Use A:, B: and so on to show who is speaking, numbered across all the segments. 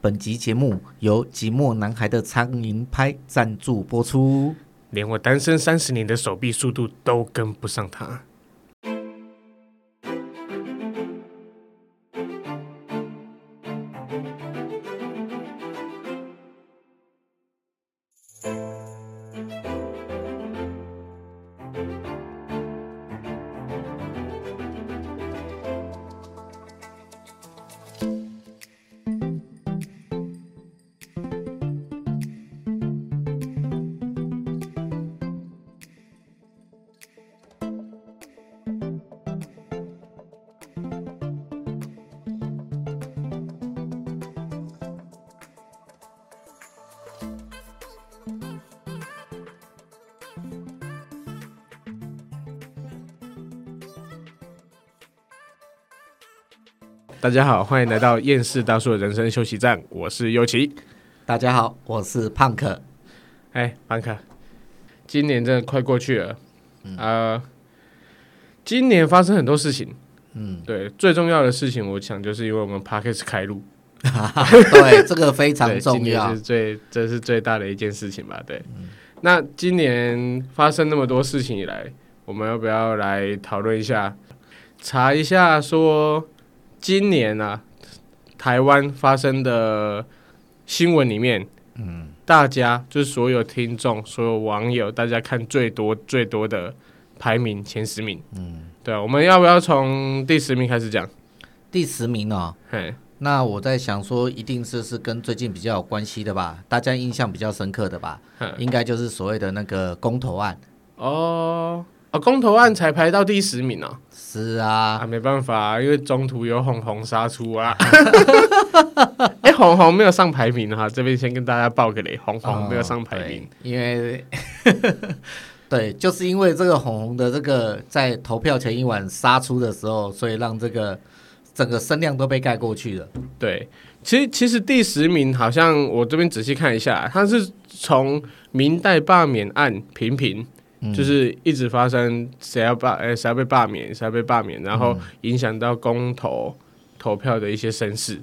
A: 本集节目由寂寞男孩的苍蝇拍赞助播出。
B: 连我单身三十年的手臂速度都跟不上他。大家好，欢迎来到厌世大叔的人生休息站，我是尤奇。
A: 大家好，我是胖 克。
B: 哎，班克，今年真的快过去了，呃，今年发生很多事情，嗯，对，最重要的事情，我想就是因为我们 p a c k a g e 开录，
A: 对，这个非常
B: 对，
A: 重
B: 今年
A: 要
B: 是。最这是最大的一件事情吧？对，那今年发生那么多事情以来，我们要不要来讨论一下，查一下说今年啊，台湾发生的新闻里面，嗯，大家就是所有听众、所有网友，大家看最多最多的排名前十名，嗯，对啊，我们要不要从第十名开始讲？
A: 第十名哦，
B: 嘿，
A: 那我在想说，一定是是跟最近比较有关系的吧，大家印象比较深刻的吧，应该就是所谓的那个公投案。
B: 哦。哦，公投案才排到第十名哦、
A: 是啊，
B: 啊，没办法、因为中途有红红杀出 啊。哎、红红没有上排名哈、啊这边先跟大家报个雷，红红没有上排名
A: 哦。对因为 对，就是因为这个红红的这个在投票前一晚杀出的时候，所以让这个整个声量都被盖过去了。
B: 对，其实其实第十名好像我这边仔细看一下，它是从明代罢免案频频。就是一直发生谁要罢，哎、谁要被罢免，谁要被罢免，然后影响到公投投票的一些声势。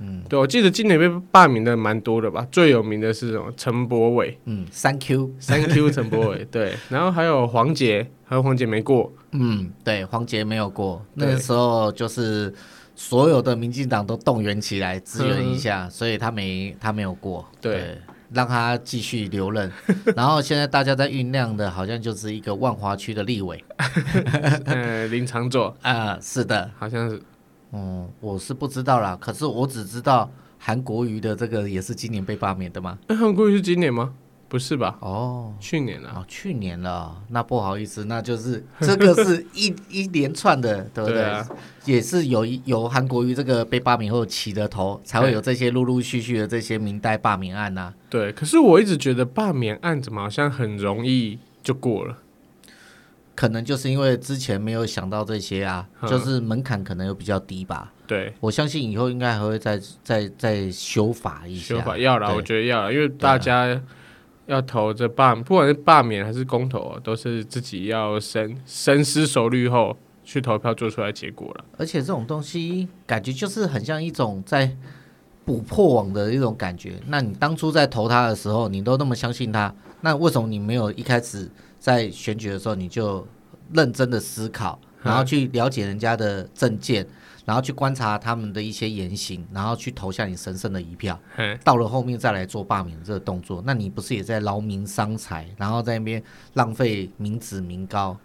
B: 嗯，对，我记得今年被罢免的蛮多的吧，最有名的是什么？陈柏伟，
A: 嗯，Thank you。
B: 三 Q 陈 柏伟，对，然后还有黄杰，还有黄杰没过，
A: 嗯，对，黄杰没有过，那
B: 对
A: 个时候就是所有的民进党都动员起来支援一下，所以他没他没有过，
B: 对
A: 让他继续留任。 然后现在大家在酝酿的，好像就是一个万华区的立委
B: 呃，林长佐
A: 啊、是的，
B: 好像是，
A: 嗯，我是不知道啦，可是我只知道韩国瑜的这个也是今年被罢免的嘛。
B: 哎，韩国瑜是今年吗？不是吧？
A: 哦，
B: 去年啊，
A: 哦，去年了，那不好意思，那就是这个是一一连串的，对不对？
B: 对啊
A: 也是有一有韩国瑜这个被罢免后起的头，才会有这些陆陆续续的这些明代罢免案啊呐、
B: 对，可是我一直觉得罢免案怎么好像很容易就过了，
A: 可能就是因为之前没有想到这些啊，
B: 嗯
A: 就是门槛可能又比较低吧。
B: 对，
A: 我相信以后应该还会再再再修法一下。
B: 修法要了，
A: 对啊
B: 我觉得要了，因为大家要投这罢，不管是罢免还是公投啊，都是自己要深深思熟虑后去投票做出来结果了，
A: 而且这种东西感觉就是很像一种在补破网的一种感觉。那你当初在投他的时候，你都那么相信他，那为什么你没有一开始在选举的时候你就认真的思考，
B: 嗯
A: 然后去了解人家的政见，然后去观察他们的一些言行，然后去投下你神圣的一票？
B: 嘿，
A: 到了后面再来做罢免这个动作，那你不是也在劳民伤财，然后在那边浪费民脂民膏？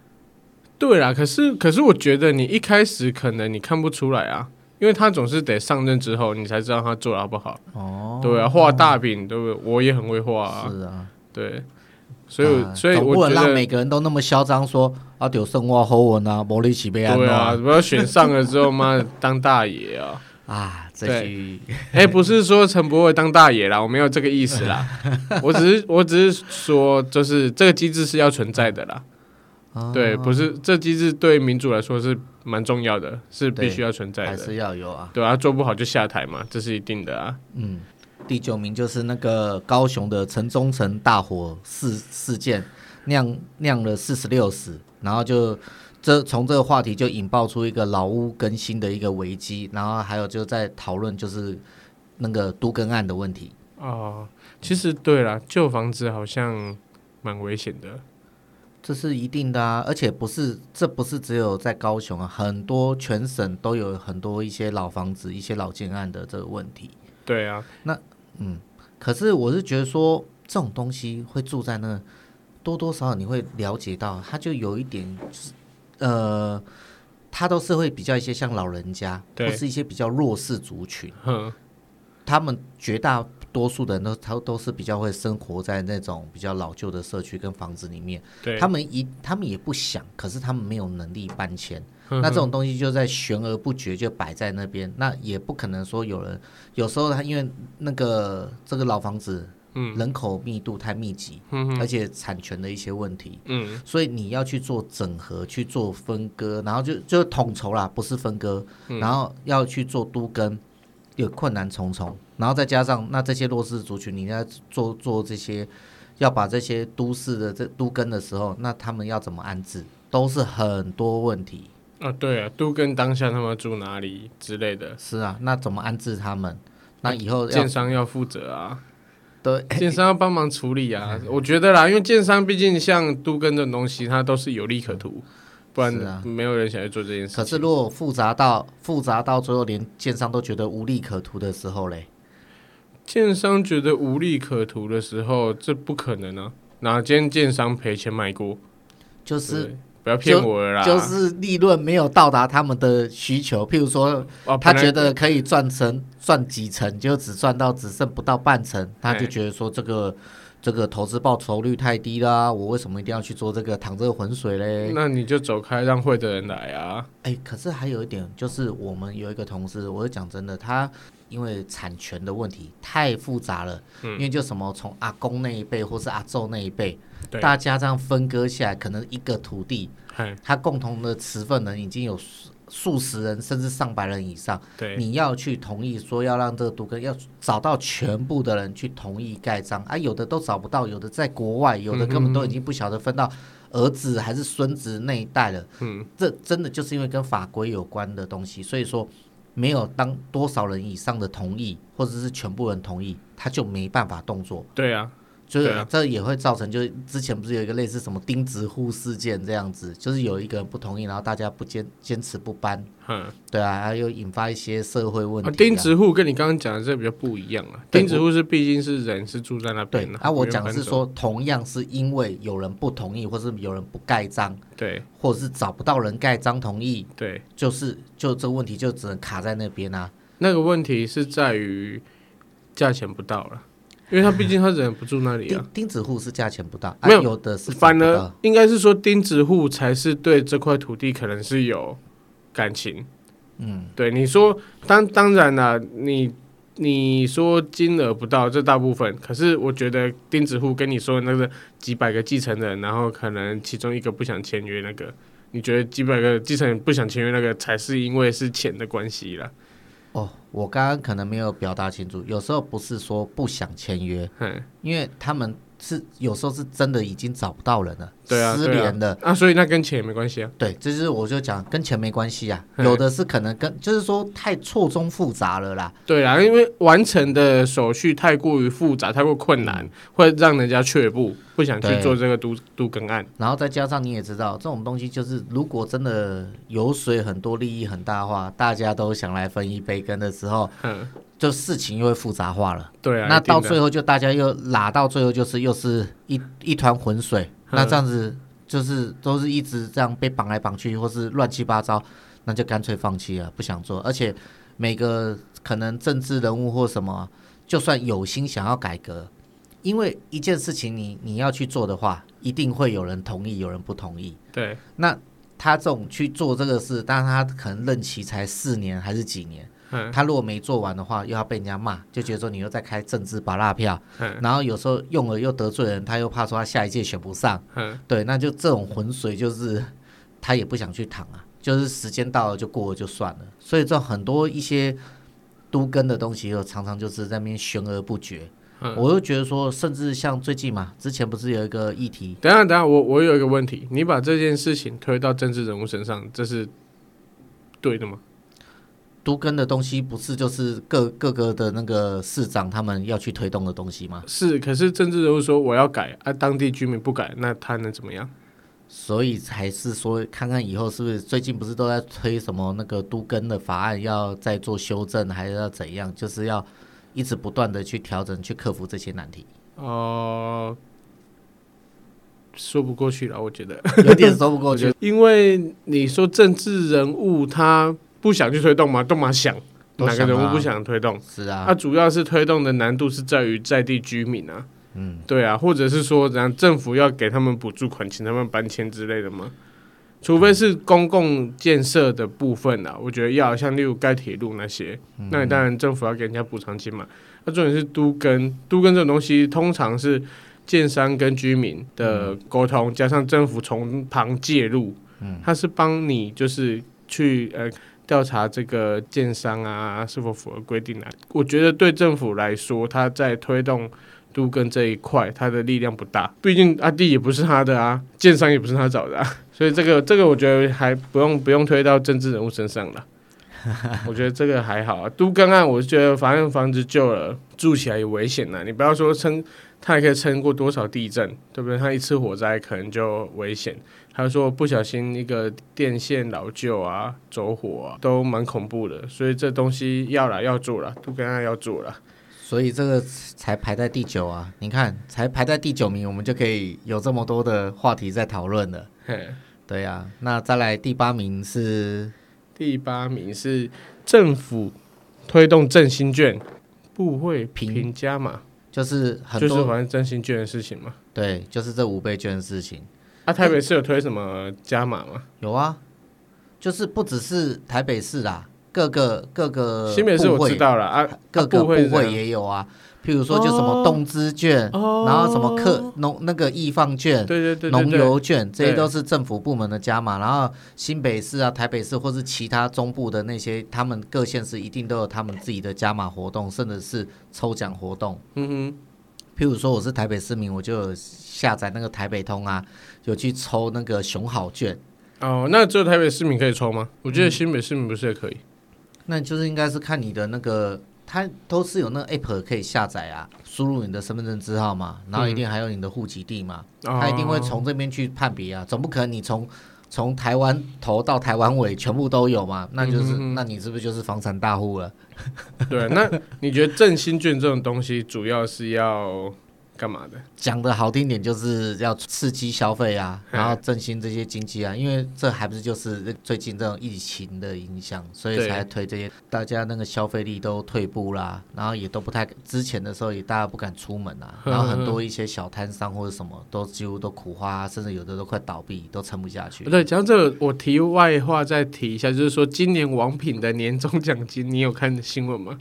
B: 对啦，可是可是我觉得你一开始可能你看不出来啊，因为他总是得上任之后你才知道他做的好不好。
A: 哦，
B: 对啊，画大饼，对不对？我也很会画啊，
A: 是啊。
B: 对。所以
A: 啊
B: 所以
A: 总
B: 我
A: 不能
B: 觉
A: 让
B: 得
A: 每，个人都那么嚣张说啊，丢圣话侯文啊，摩利奇被安
B: 对啊，
A: 啊
B: 不要选上了之后，妈 的当大爷啊！
A: 啊，这
B: 对
A: 句
B: 哎，不是说陈柏伟当大爷啦，我没有这个意思 啦，我只是我只是说，就是这个机制是要存在的啦。
A: 啊
B: 对，不是这机制对民主来说是蛮重要的，是必须要存在
A: 还
B: 的。
A: 是要有啊。
B: 对啊，做不好就下台嘛，这是一定的啊。
A: 第九名就是那个高雄的城中城大火事事件，酿酿了四十六死，然后就这从这个话题就引爆出一个老屋更新的一个危机，然后还有就在讨论就是那个都更案的问题。
B: 哦，其实对了，旧房子好像蛮危险的。
A: 这是一定的啊，而且不是，这不是只有在高雄啊，很多全省都有很多一些老房子、一些老建案的这个问题。
B: 对啊，
A: 可是我是觉得说，这种东西会住在那，多多少少你会了解到，他就有一点，就是呃，他都是会比较一些像老人家，
B: 对
A: 或是一些比较弱势族群，
B: 哼，
A: 他们绝大多数的人都他都是比较会生活在那种比较老旧的社区跟房子里面，
B: 对，
A: 他们一他们也不想，可是他们没有能力搬迁。
B: 嗯哼
A: 那这种东西就在悬而不决，就摆在那边，那也不可能说有人。有时候他因为那个这个老房子，
B: 嗯，
A: 人口密度太密集，
B: 嗯
A: 而且产权的一些问题，
B: 嗯
A: 所以你要去做整合，去做分割，然后就就统筹啦，不是分割，
B: 嗯
A: 然后要去做都跟，有困难重重，然后再加上那这些弱势族群，你要做做这些，要把这些都市的这都跟的时候，那他们要怎么安置，都是很多问题。
B: 啊，对啊，都跟当下他们住哪里之类的，
A: 是啊，那怎么安置他们？那以后要哎
B: 建商要负责啊，
A: 对
B: 建商要帮忙处理啊。我觉得啦，因为建商毕竟像都跟这种东西，它都是有利可图，不
A: 是啊
B: 然没有人想去做这件事情。
A: 可是如果复杂到复杂到最后连建商都觉得无利可图的时候嘞，
B: 建商觉得无利可图的时候，这不可能啊！哪间建商赔钱买过？
A: 就
B: 对不
A: 是
B: 对不要骗我了啦！
A: 就是利润没有到达他们的需求，譬如说
B: 哦，
A: 他
B: 本来
A: 觉得可以赚成赚几成，就只赚到只剩不到半成，他就
B: 哎
A: 觉得说这个这个投资报酬率太低啦，我为什么一定要去做这个淌这个浑水嘞？
B: 那你就走开，让会的人来啊！
A: 哎、可是还有一点，就是我们有一个同事，我是讲真的，他因为产权的问题太复杂了，因为就什么从阿公那一辈或是阿昼那一辈，
B: 对
A: 大家这样分割下来，可能一个土地，
B: 嗨，
A: 他共同的持份人已经有数数十人甚至上百人以上，
B: 对，
A: 你要去同意说要让这个独根，要找到全部的人去同意盖章啊，有的都找不到，有的在国外，有的根本都已经不晓得分到儿子还是孙子那一代了。
B: 嗯，
A: 这真的就是因为跟法规有关的东西，所以说没有当多少人以上的同意，或者是全部人同意，他就没办法动作。
B: 对啊，
A: 就
B: 对
A: 是
B: 啊
A: 这也会造成，就是之前不是有一个类似什么钉子户事件这样子，就是有一个人不同意，然后大家不坚坚持不搬，
B: 嗯，
A: 对啊，然后又引发一些社会问题、
B: 啊
A: 啊。
B: 钉子户跟你刚刚讲的这比较不一样啊。
A: 对
B: 钉子户是毕竟是人是住在那
A: 对
B: 边的，
A: 啊，我
B: 不用
A: 讲的是
B: 搬走，
A: 说，同样是因为有人不同意，或是有人不盖章，
B: 对
A: 或者是找不到人盖章同意，
B: 对，
A: 就是就这个问题就只能卡在那边啊。
B: 那个问题是在于价钱不到了，因为他毕竟他人不住那里啊
A: 钉。钉子户是价钱不到，啊、
B: 没有
A: 有的是找
B: 反
A: 不
B: 而
A: 到
B: 应该是说钉子户才是对这块土地可能是有感情。嗯，对，你说当当然啦，你你说金额不到这大部分，可是我觉得钉子户跟你说的那个几百个继承人，然后可能其中一个不想签约那个。你觉得几百个继承人不想签约那个，才是因为是钱的关系啦。
A: 哦，我刚刚可能没有表达清楚，有时候不是说不想签约，
B: 嗯，
A: 因为他们是有时候是真的已经找不到人了，
B: 对啊，
A: 失
B: 对啊
A: 联了。
B: 啊，所以那跟钱也没关系啊。
A: 对，这就是我就讲跟钱没关 系啊，
B: 嗯
A: 有的是可能跟就是说太错综复杂了啦。
B: 对啦，因为完成的手续太过于复杂，太过困难，会让人家却步，不想去
A: 嗯对
B: 做这个都都更案。
A: 然后再加上你也知道，这种东西就是，如果真的油水很多、利益很大的话，大家都想来分一杯羹的时候，
B: 嗯，
A: 就事情又会复杂化了。
B: 对啊。
A: 那到
B: 后，
A: 最后就大家又拉到最后就是又是一一团浑水。
B: 嗯
A: 那这样子就是都是一直这样被绑来绑去，或是乱七八糟，那就干脆放弃了，不想做。而且每个可能政治人物或什么，就算有心想要改革，因为一件事情你你要去做的话，一定会有人同意，有人不同意。
B: 对
A: 那他这种去做这个事，但他可能任期才四年还是几年，
B: 嗯
A: 他如果没做完的话，又要被人家骂，就觉得说你又在开政治拔蜡票，
B: 嗯
A: 然后有时候用了又得罪人，他又怕说他下一届选不上，
B: 嗯，
A: 对，那就这种浑水就是他也不想去淌啊，就是时间到了就过了就算了，所以这种很多一些。都根的东西，又常常就是在那边悬而不决。
B: 嗯
A: 我就觉得说，甚至像最近嘛，之前不是有一个议题，
B: 等一下等一下，我我有一个问题，你把这件事情推到政治人物身上，这是对的吗？
A: 都根的东西不是就是各各个的那个市长他们要去推动的东西吗？
B: 是，可是政治人物说我要改，啊，当地居民不改，那他能怎么样？
A: 所以才是说，看看以后是不是最近不是都在推什么那个都根的法案，要再做修正，还是要怎样？就是要一直不断的去调整，去克服这些 难题，
B: 哦、
A: 呃
B: 说不过去了，我觉得，
A: 有点说不过去。
B: 因为你说政治人物他不想去推动吗？动嘛想，
A: 都
B: 哪个
A: 想
B: 人物
A: 啊
B: 不想推动？
A: 是
B: 那、
A: 啊，
B: 主要是推动的难度是在于在地居民啊，
A: 嗯，
B: 对啊，或者是说，然后政府要给他们补助款，请他们搬迁之类的吗？除非是公共建设的部分啊，我觉得要像例如盖铁路那些，
A: 嗯
B: 那你当然政府要给人家补偿金嘛。那重点是都跟都跟这种东西，通常是建商跟居民的
A: 嗯
B: 沟通，加上政府从旁介入，他是帮你就是去呃调查这个建商啊是否符合规定啊。我觉得对政府来说，他在推动都跟这一块，他的力量不大，毕竟阿弟也不是他的啊， 建商也不是他找的、啊，所以这个这个我觉得还不用不用推到政治人物身上了。我觉得这个还好啊，都更案我是觉得反正房子旧了，住起来也危险啊呐、你不要说撑，他还可以撑过多少地震，对不对？他一次火灾可能就危险。他说不小心一个电线老旧啊、走火啊，都蛮恐怖的，所以这东西要了要做了，都跟他要做了。
A: 所以这个才排在第九啊！你看，才排在第九名，我们就可以有这么多的话题在讨论了。
B: 嘿，
A: 对啊，那再来第八名是
B: 第八名是政府推动振兴券，部会
A: 评
B: 评价嘛，
A: 就是很
B: 就
A: 多、
B: 是反正振兴券的事情嘛。
A: 对，就是这五倍券的事情。
B: 啊，台北市有推什么加码吗？
A: 有啊，就是不只是台北市啦，各个各个
B: 新北市
A: 部
B: 我
A: 会
B: 知道了啊，
A: 各个
B: 部
A: 部
B: 会是
A: 会
B: 怎样
A: 也有啊。譬如说，就什么动资券，
B: 哦
A: 然后什么客农那个易放券、
B: 对对对对
A: 农
B: 对，
A: 游券，这些
B: 对
A: 都是政府部门的加码。然后新北市啊、台北市或是其他中部的那些，他们各县市一定都有他们自己的加码活动，甚至是抽奖活动。
B: 嗯
A: 譬如说，我是台北市民，我就有下载那个台北通啊，有去抽那个熊好券。
B: 哼，哦，那只有台北市民可以抽吗？我觉得新北市民不是也可以？
A: 那就是应该是看你的那个，它都是有那个 app 可以下载啊，输入你的身份证字号嘛，然后一定还有你的户籍地嘛，
B: 哦
A: 它一定会从这边去判别啊，总不可能你从从台湾头到台湾尾全部都有嘛，那就是、
B: 嗯哼哼
A: 那你是不是就是房产大户了？
B: 对，啊那你觉得振兴券这种东西主要是要干嘛的？
A: 讲的好听点就是要刺激消费啊，
B: 嗯
A: 然后振兴这些经济啊，因为这还不是就是最近这种疫情的影响，所以
B: 对
A: 才推这些，大家那个消费力都退步啦，然后也都不太之前的时候也大家不敢出门啊，
B: 嗯
A: 然后很多一些小摊商或者什么都几乎都苦花、甚至有的都快倒闭，都撑不下 去。
B: 对，讲到这个，我题外话再提一下，就是说今年王品的年终奖金，你有看新 闻吗？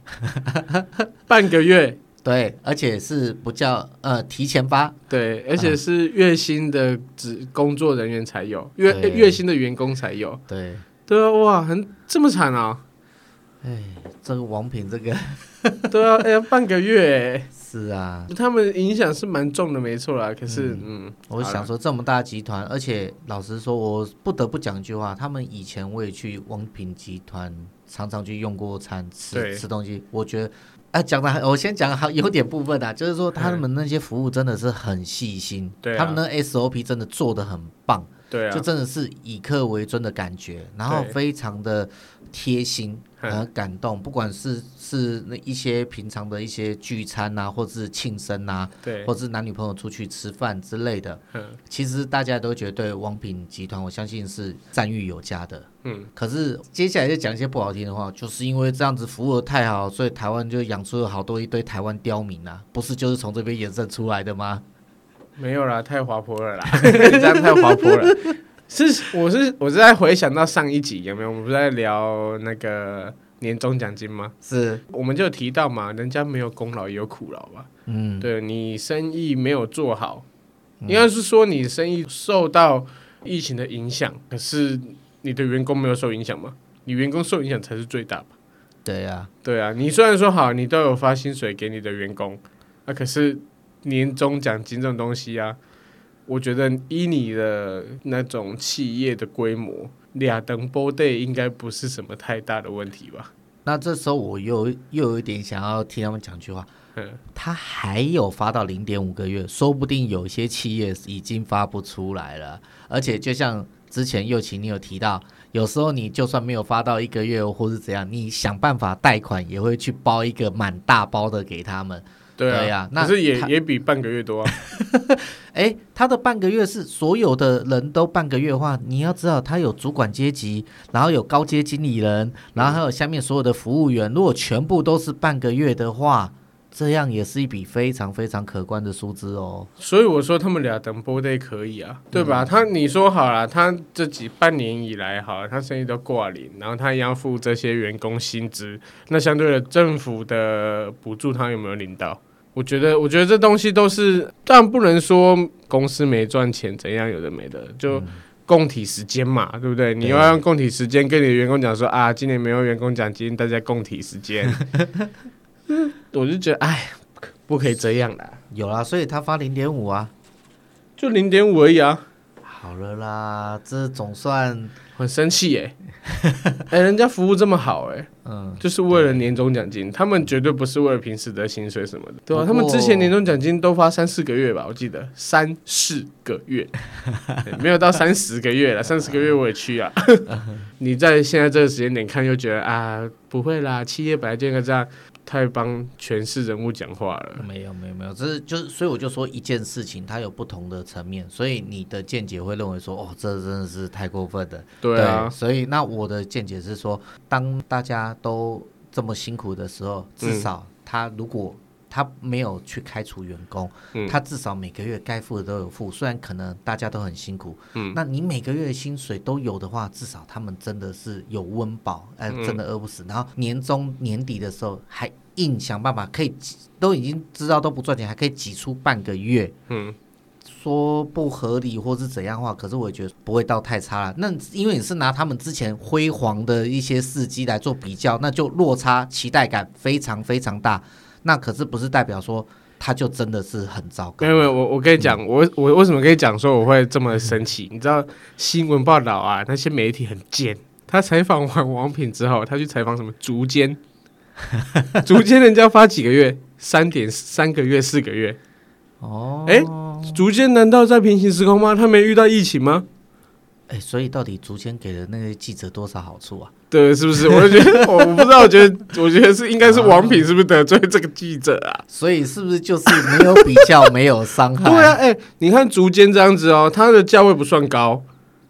B: 半个月，
A: 对，而且是不叫呃提前发，
B: 对，而
A: 啊
B: 且是月薪的职工作人员才有，月
A: 对
B: 月薪的员工才有。
A: 对，
B: 对啊，哇，很这么惨啊！
A: 这个王品这个
B: 对啊，哎、呀，半个月、
A: 是啊，
B: 哎他们影响是蛮重的，没错啦。可是，嗯，
A: 我
B: 好啦
A: 想说这么大集团，而且老实说，我不得不讲一句话，他们以前我也去王品集团常常去用过餐
B: 对
A: 吃吃东西，我觉得啊讲的我先讲好有点部分啊，就是说他们那些服务真的是很细心，
B: 嗯对啊
A: 他们的 SOP 真的做的很棒，
B: 对
A: 就
B: 啊，
A: 真的是以客为尊的感觉，然后
B: 对
A: 非常的贴心，
B: 嗯
A: 很感动，不管是是那一些平常的一些聚餐啊，或是庆生啊，
B: 对，
A: 或是男女朋友出去吃饭之类的。
B: 嗯
A: 其实大家都觉得对王品集团，我相信是赞誉有加的。
B: 嗯，
A: 可是接下来就讲一些不好听的话，就是因为这样子服务的太好，所以台湾就养出了好多一堆台湾刁民啊，不是就是从这边衍生出来的吗？
B: 没有啦，太滑坡 了啦，这样太滑坡了。 是，我是我是在回想到上一集有没有？我们不是在聊那个年终奖金吗？
A: 是，
B: 我们就提到嘛，人家没有功劳也有苦劳吧。
A: 嗯，
B: 对你生意没有做好，应该是说你生意受到疫情的影响，可是你的员工没有受影响吗？你员工受影响才是最大吧？
A: 对啊，
B: 对啊，你虽然说好，你都有发薪水给你的员工，啊，可是年终奖金这种东西啊，我觉得依你的那种企业的规模，俩等波 day 应该不是什么太大的问题吧？
A: 那这时候我又又有一点想要替他们讲句话，他还有发到零点五个月，说不定有些企业已经发不出来了。而且就像之前右奇你有提到，有时候你就算没有发到一个月或是怎样，你想办法贷款也会去包一个满大包的给他们。
B: 对啊，
A: 对啊那
B: 可是也
A: 他
B: 也比半个月多啊。
A: 诶，他的半个月是所有的人都半个月的话，你要知道他有主管阶级，然后有高阶经理人，然后还有下面所有的服务员。如果全部都是半个月的话，这样也是一笔非常非常可观的数字哦。
B: 所以我说他们俩等波 day 可以啊，对吧？他你说好了，他这几半年以来好了，他生意都挂零，然后他也要付这些员工薪资，那相对的政府的补助他有没有领到？我觉得，我觉得这东西都是，但不能说公司没赚钱怎样，有的没的，就供体时间嘛，对不嗯对？你要用供体时间跟你的员工讲说啊，今年没有员工奖金，大家供体时 间。嗯我就觉得，哎，不可以这样啦，
A: 有啦，所以他发零点五啊，
B: 就零点五而已啊。
A: 好了啦，这总算
B: 很生气耶、 哎、人家服务这么好哎、
A: 嗯，
B: 就是为了年终奖金，他们绝对不是为了平时的薪水什么的，对吧、啊
A: 不过
B: 他们之前年终奖金都发三四个月吧，我记得三四个 月，对没有到三十个月了，三十个月我也去啊。
A: 嗯
B: 你在现在这个时间点看，又觉得啊，不会啦，企业本来就应该这样，太帮权势人物讲话了。
A: 没有没有没有，这是就是所以我就说一件事情，它有不同的层面，所以你的见解会认为说，哦，这真的是太过分了。
B: 对啊，
A: 所以那我的见解是说，当大家都这么辛苦的时候，至少他如果他没有去开除员工，
B: 嗯
A: 他至少每个月该付的都有付，虽然可能大家都很辛苦，
B: 嗯
A: 那你每个月的薪水都有的话，至少他们真的是有温饱，哎、
B: 嗯
A: 真的饿不死。然后年终年底的时候还硬想办法可以挤，都已经知道都不赚钱，还可以挤出半个月，
B: 嗯，
A: 说不合理或是怎样的话，可是我也觉得不会到太差了。那因为你是拿他们之前辉煌的一些事迹来做比较，那就落差期待感非常非常大。那可是不是代表说他就真的是很糟糕
B: 没？有没有，我我跟你讲，我我为什么跟你讲说我会这么生气？你知道新闻报道啊，那些媒体很贱。他采访完王品之后，他去采访什么竹间，竹间人家发几个月，三点三个月、四个月。
A: 哦，
B: 哎、竹间难道在平行时空吗？他没遇到疫情吗？
A: 哎，所以到底竹签给了那些记者多少好处啊？
B: 对，是不是？我就觉得，我我不知道，我觉得，我觉得是应该是王品是不是得罪这个记者啊？
A: 所以是不是就是没有比较，没有伤害？
B: 对啊，哎、你看竹间这样子哦，它的价位不算高，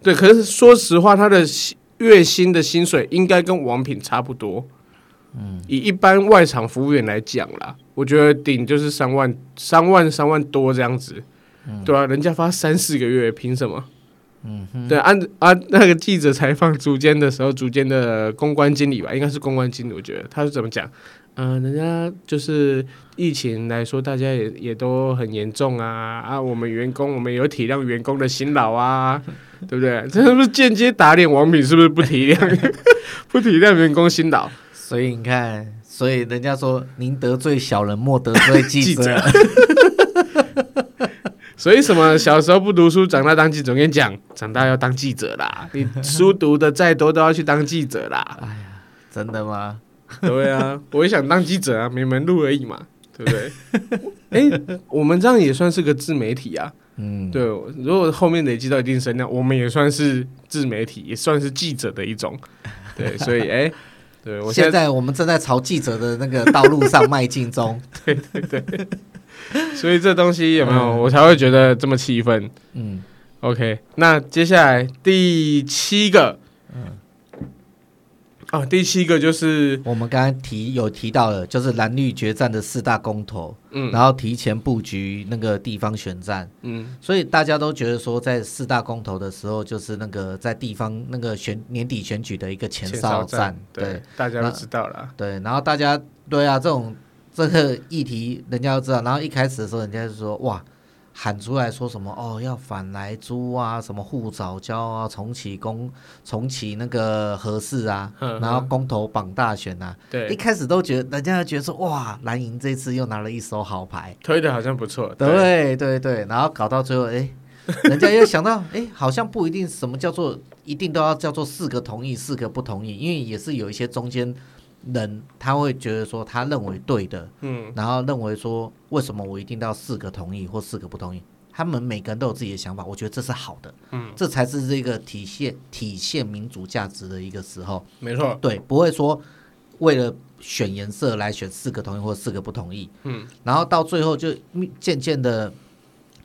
B: 对，可是说实话，它的薪月薪的薪水应该跟王品差不多。嗯，以一般外场服务员来讲啦，我觉得顶就是三万、三万、三万多这样子。对啊，人家发三四个月，凭什么？嗯，对，按啊，那个记者采访竹间的时候，竹间的公关经理吧，应该是公关经理，我觉得他是怎么讲？嗯、人家就是疫情来说，大家也也都很严重啊啊！我们员工，我们有体谅员工的辛劳啊， 对不对？这是不是间接打脸王敏？是不是不体谅 不体谅员工辛劳？
A: 所以你看，所以人家说您得罪小人，莫得罪记
B: 记
A: 者。
B: 所以什么小时候不读书，长大当记者？我跟你讲，长大要当记者啦！你书读的再多，都要去当记者啦。
A: 真的吗？
B: 对啊，我也想当记者啊，没门路而已嘛，对不对？ 哎、我们这样也算是个自媒体啊。
A: 嗯，
B: 对，如果后面累积到一定声量，我们也算是自媒体，也算是记者的一种。对，所以哎、对我
A: 现
B: 现在
A: 在我们正在朝记者的那个道路上迈进 中。
B: 所以这东西有没有，我才会觉得这么气愤。
A: 嗯，
B: OK，那接下来第七个，嗯，哦，第七个就是
A: 我们刚刚提有提到了，就是蓝绿决战的四大公投，
B: 嗯
A: 然后提前布局那个地方选战，
B: 嗯
A: 所以大家都觉得说，在四大公投的时候，就是那个在地方那个选年底选举的一个前哨战，
B: 对，大家都知道了。
A: 对，然后大家对啊，这种这个议题人家都知道，然后一开始的时候，人家就说哇，喊出来说什么哦，要反来租啊，什么护早教啊，重启公重启那个合适啊，
B: 嗯
A: 然后公投绑大选啊，一
B: 对，
A: 开始都觉得人家就觉得说哇，蓝营这次又拿了一手好牌，
B: 推的好像不错。对，
A: 对对对，然后搞到最后，哎， 人家又想到，哎，好像不一定什么叫做一定都要叫做四个同意，四个不同意，因为也是有一些中间人他会觉得说他认为对的，
B: 嗯，
A: 然后认为说为什么我一定要四个同意或四个不同意？他们每个人都有自己的想法，我觉得这是好的，
B: 嗯，
A: 这才是这个体现体现民主价值的一个时候。
B: 没错，
A: 对，不会说为了选颜色来选四个同意或四个不同意，
B: 嗯，
A: 然后到最后就渐渐的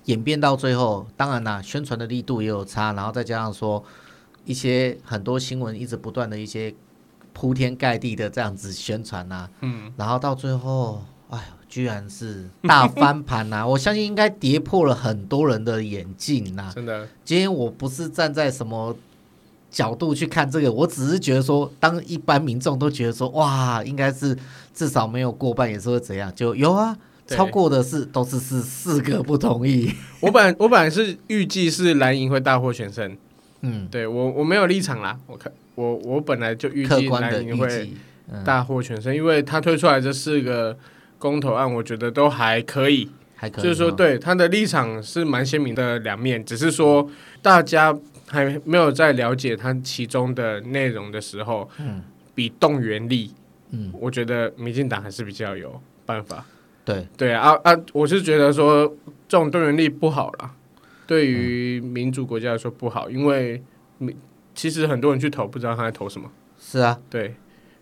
A: 演变到最后，当然啦，宣传的力度也有差，然后再加上说一些很多新闻一直不断的一些铺天盖地的这样子宣传呐、
B: 嗯，
A: 然后到最后，哎呦，居然是大翻盘呐、 我相信应该跌破了很多人的眼镜啊呐、
B: 真的，
A: 今天我不是站在什么角度去看这个，我只是觉得说，当一般民众都觉得说，哇，应该是至少没有过半，也是会怎样，就有啊，
B: 对
A: 超过的是都是四四个不同意，
B: 我本来我本来是预计是蓝营会大获全胜，
A: 嗯，
B: 对我我没有立场啦，我看我我本来就预
A: 客
B: 计
A: 观的
B: 蓝
A: 预
B: 营会
A: 计，嗯，
B: 大获全胜，因为他推出来这四个公投案，我觉得都还可以，
A: 还可以，
B: 就是说，，对他的立场是蛮鲜明的两面，只是说大家还没有在了解他其中的内容的时候，
A: 嗯
B: 比动员力，
A: 嗯，
B: 我觉得民进党还是比较有办法。
A: 对，
B: 对啊啊，啊我是觉得说这种动员力不好啦，对于
A: 嗯
B: 民主国家来说不好，因为民其实很多人去投不知道他在投什么，
A: 是啊，
B: 对，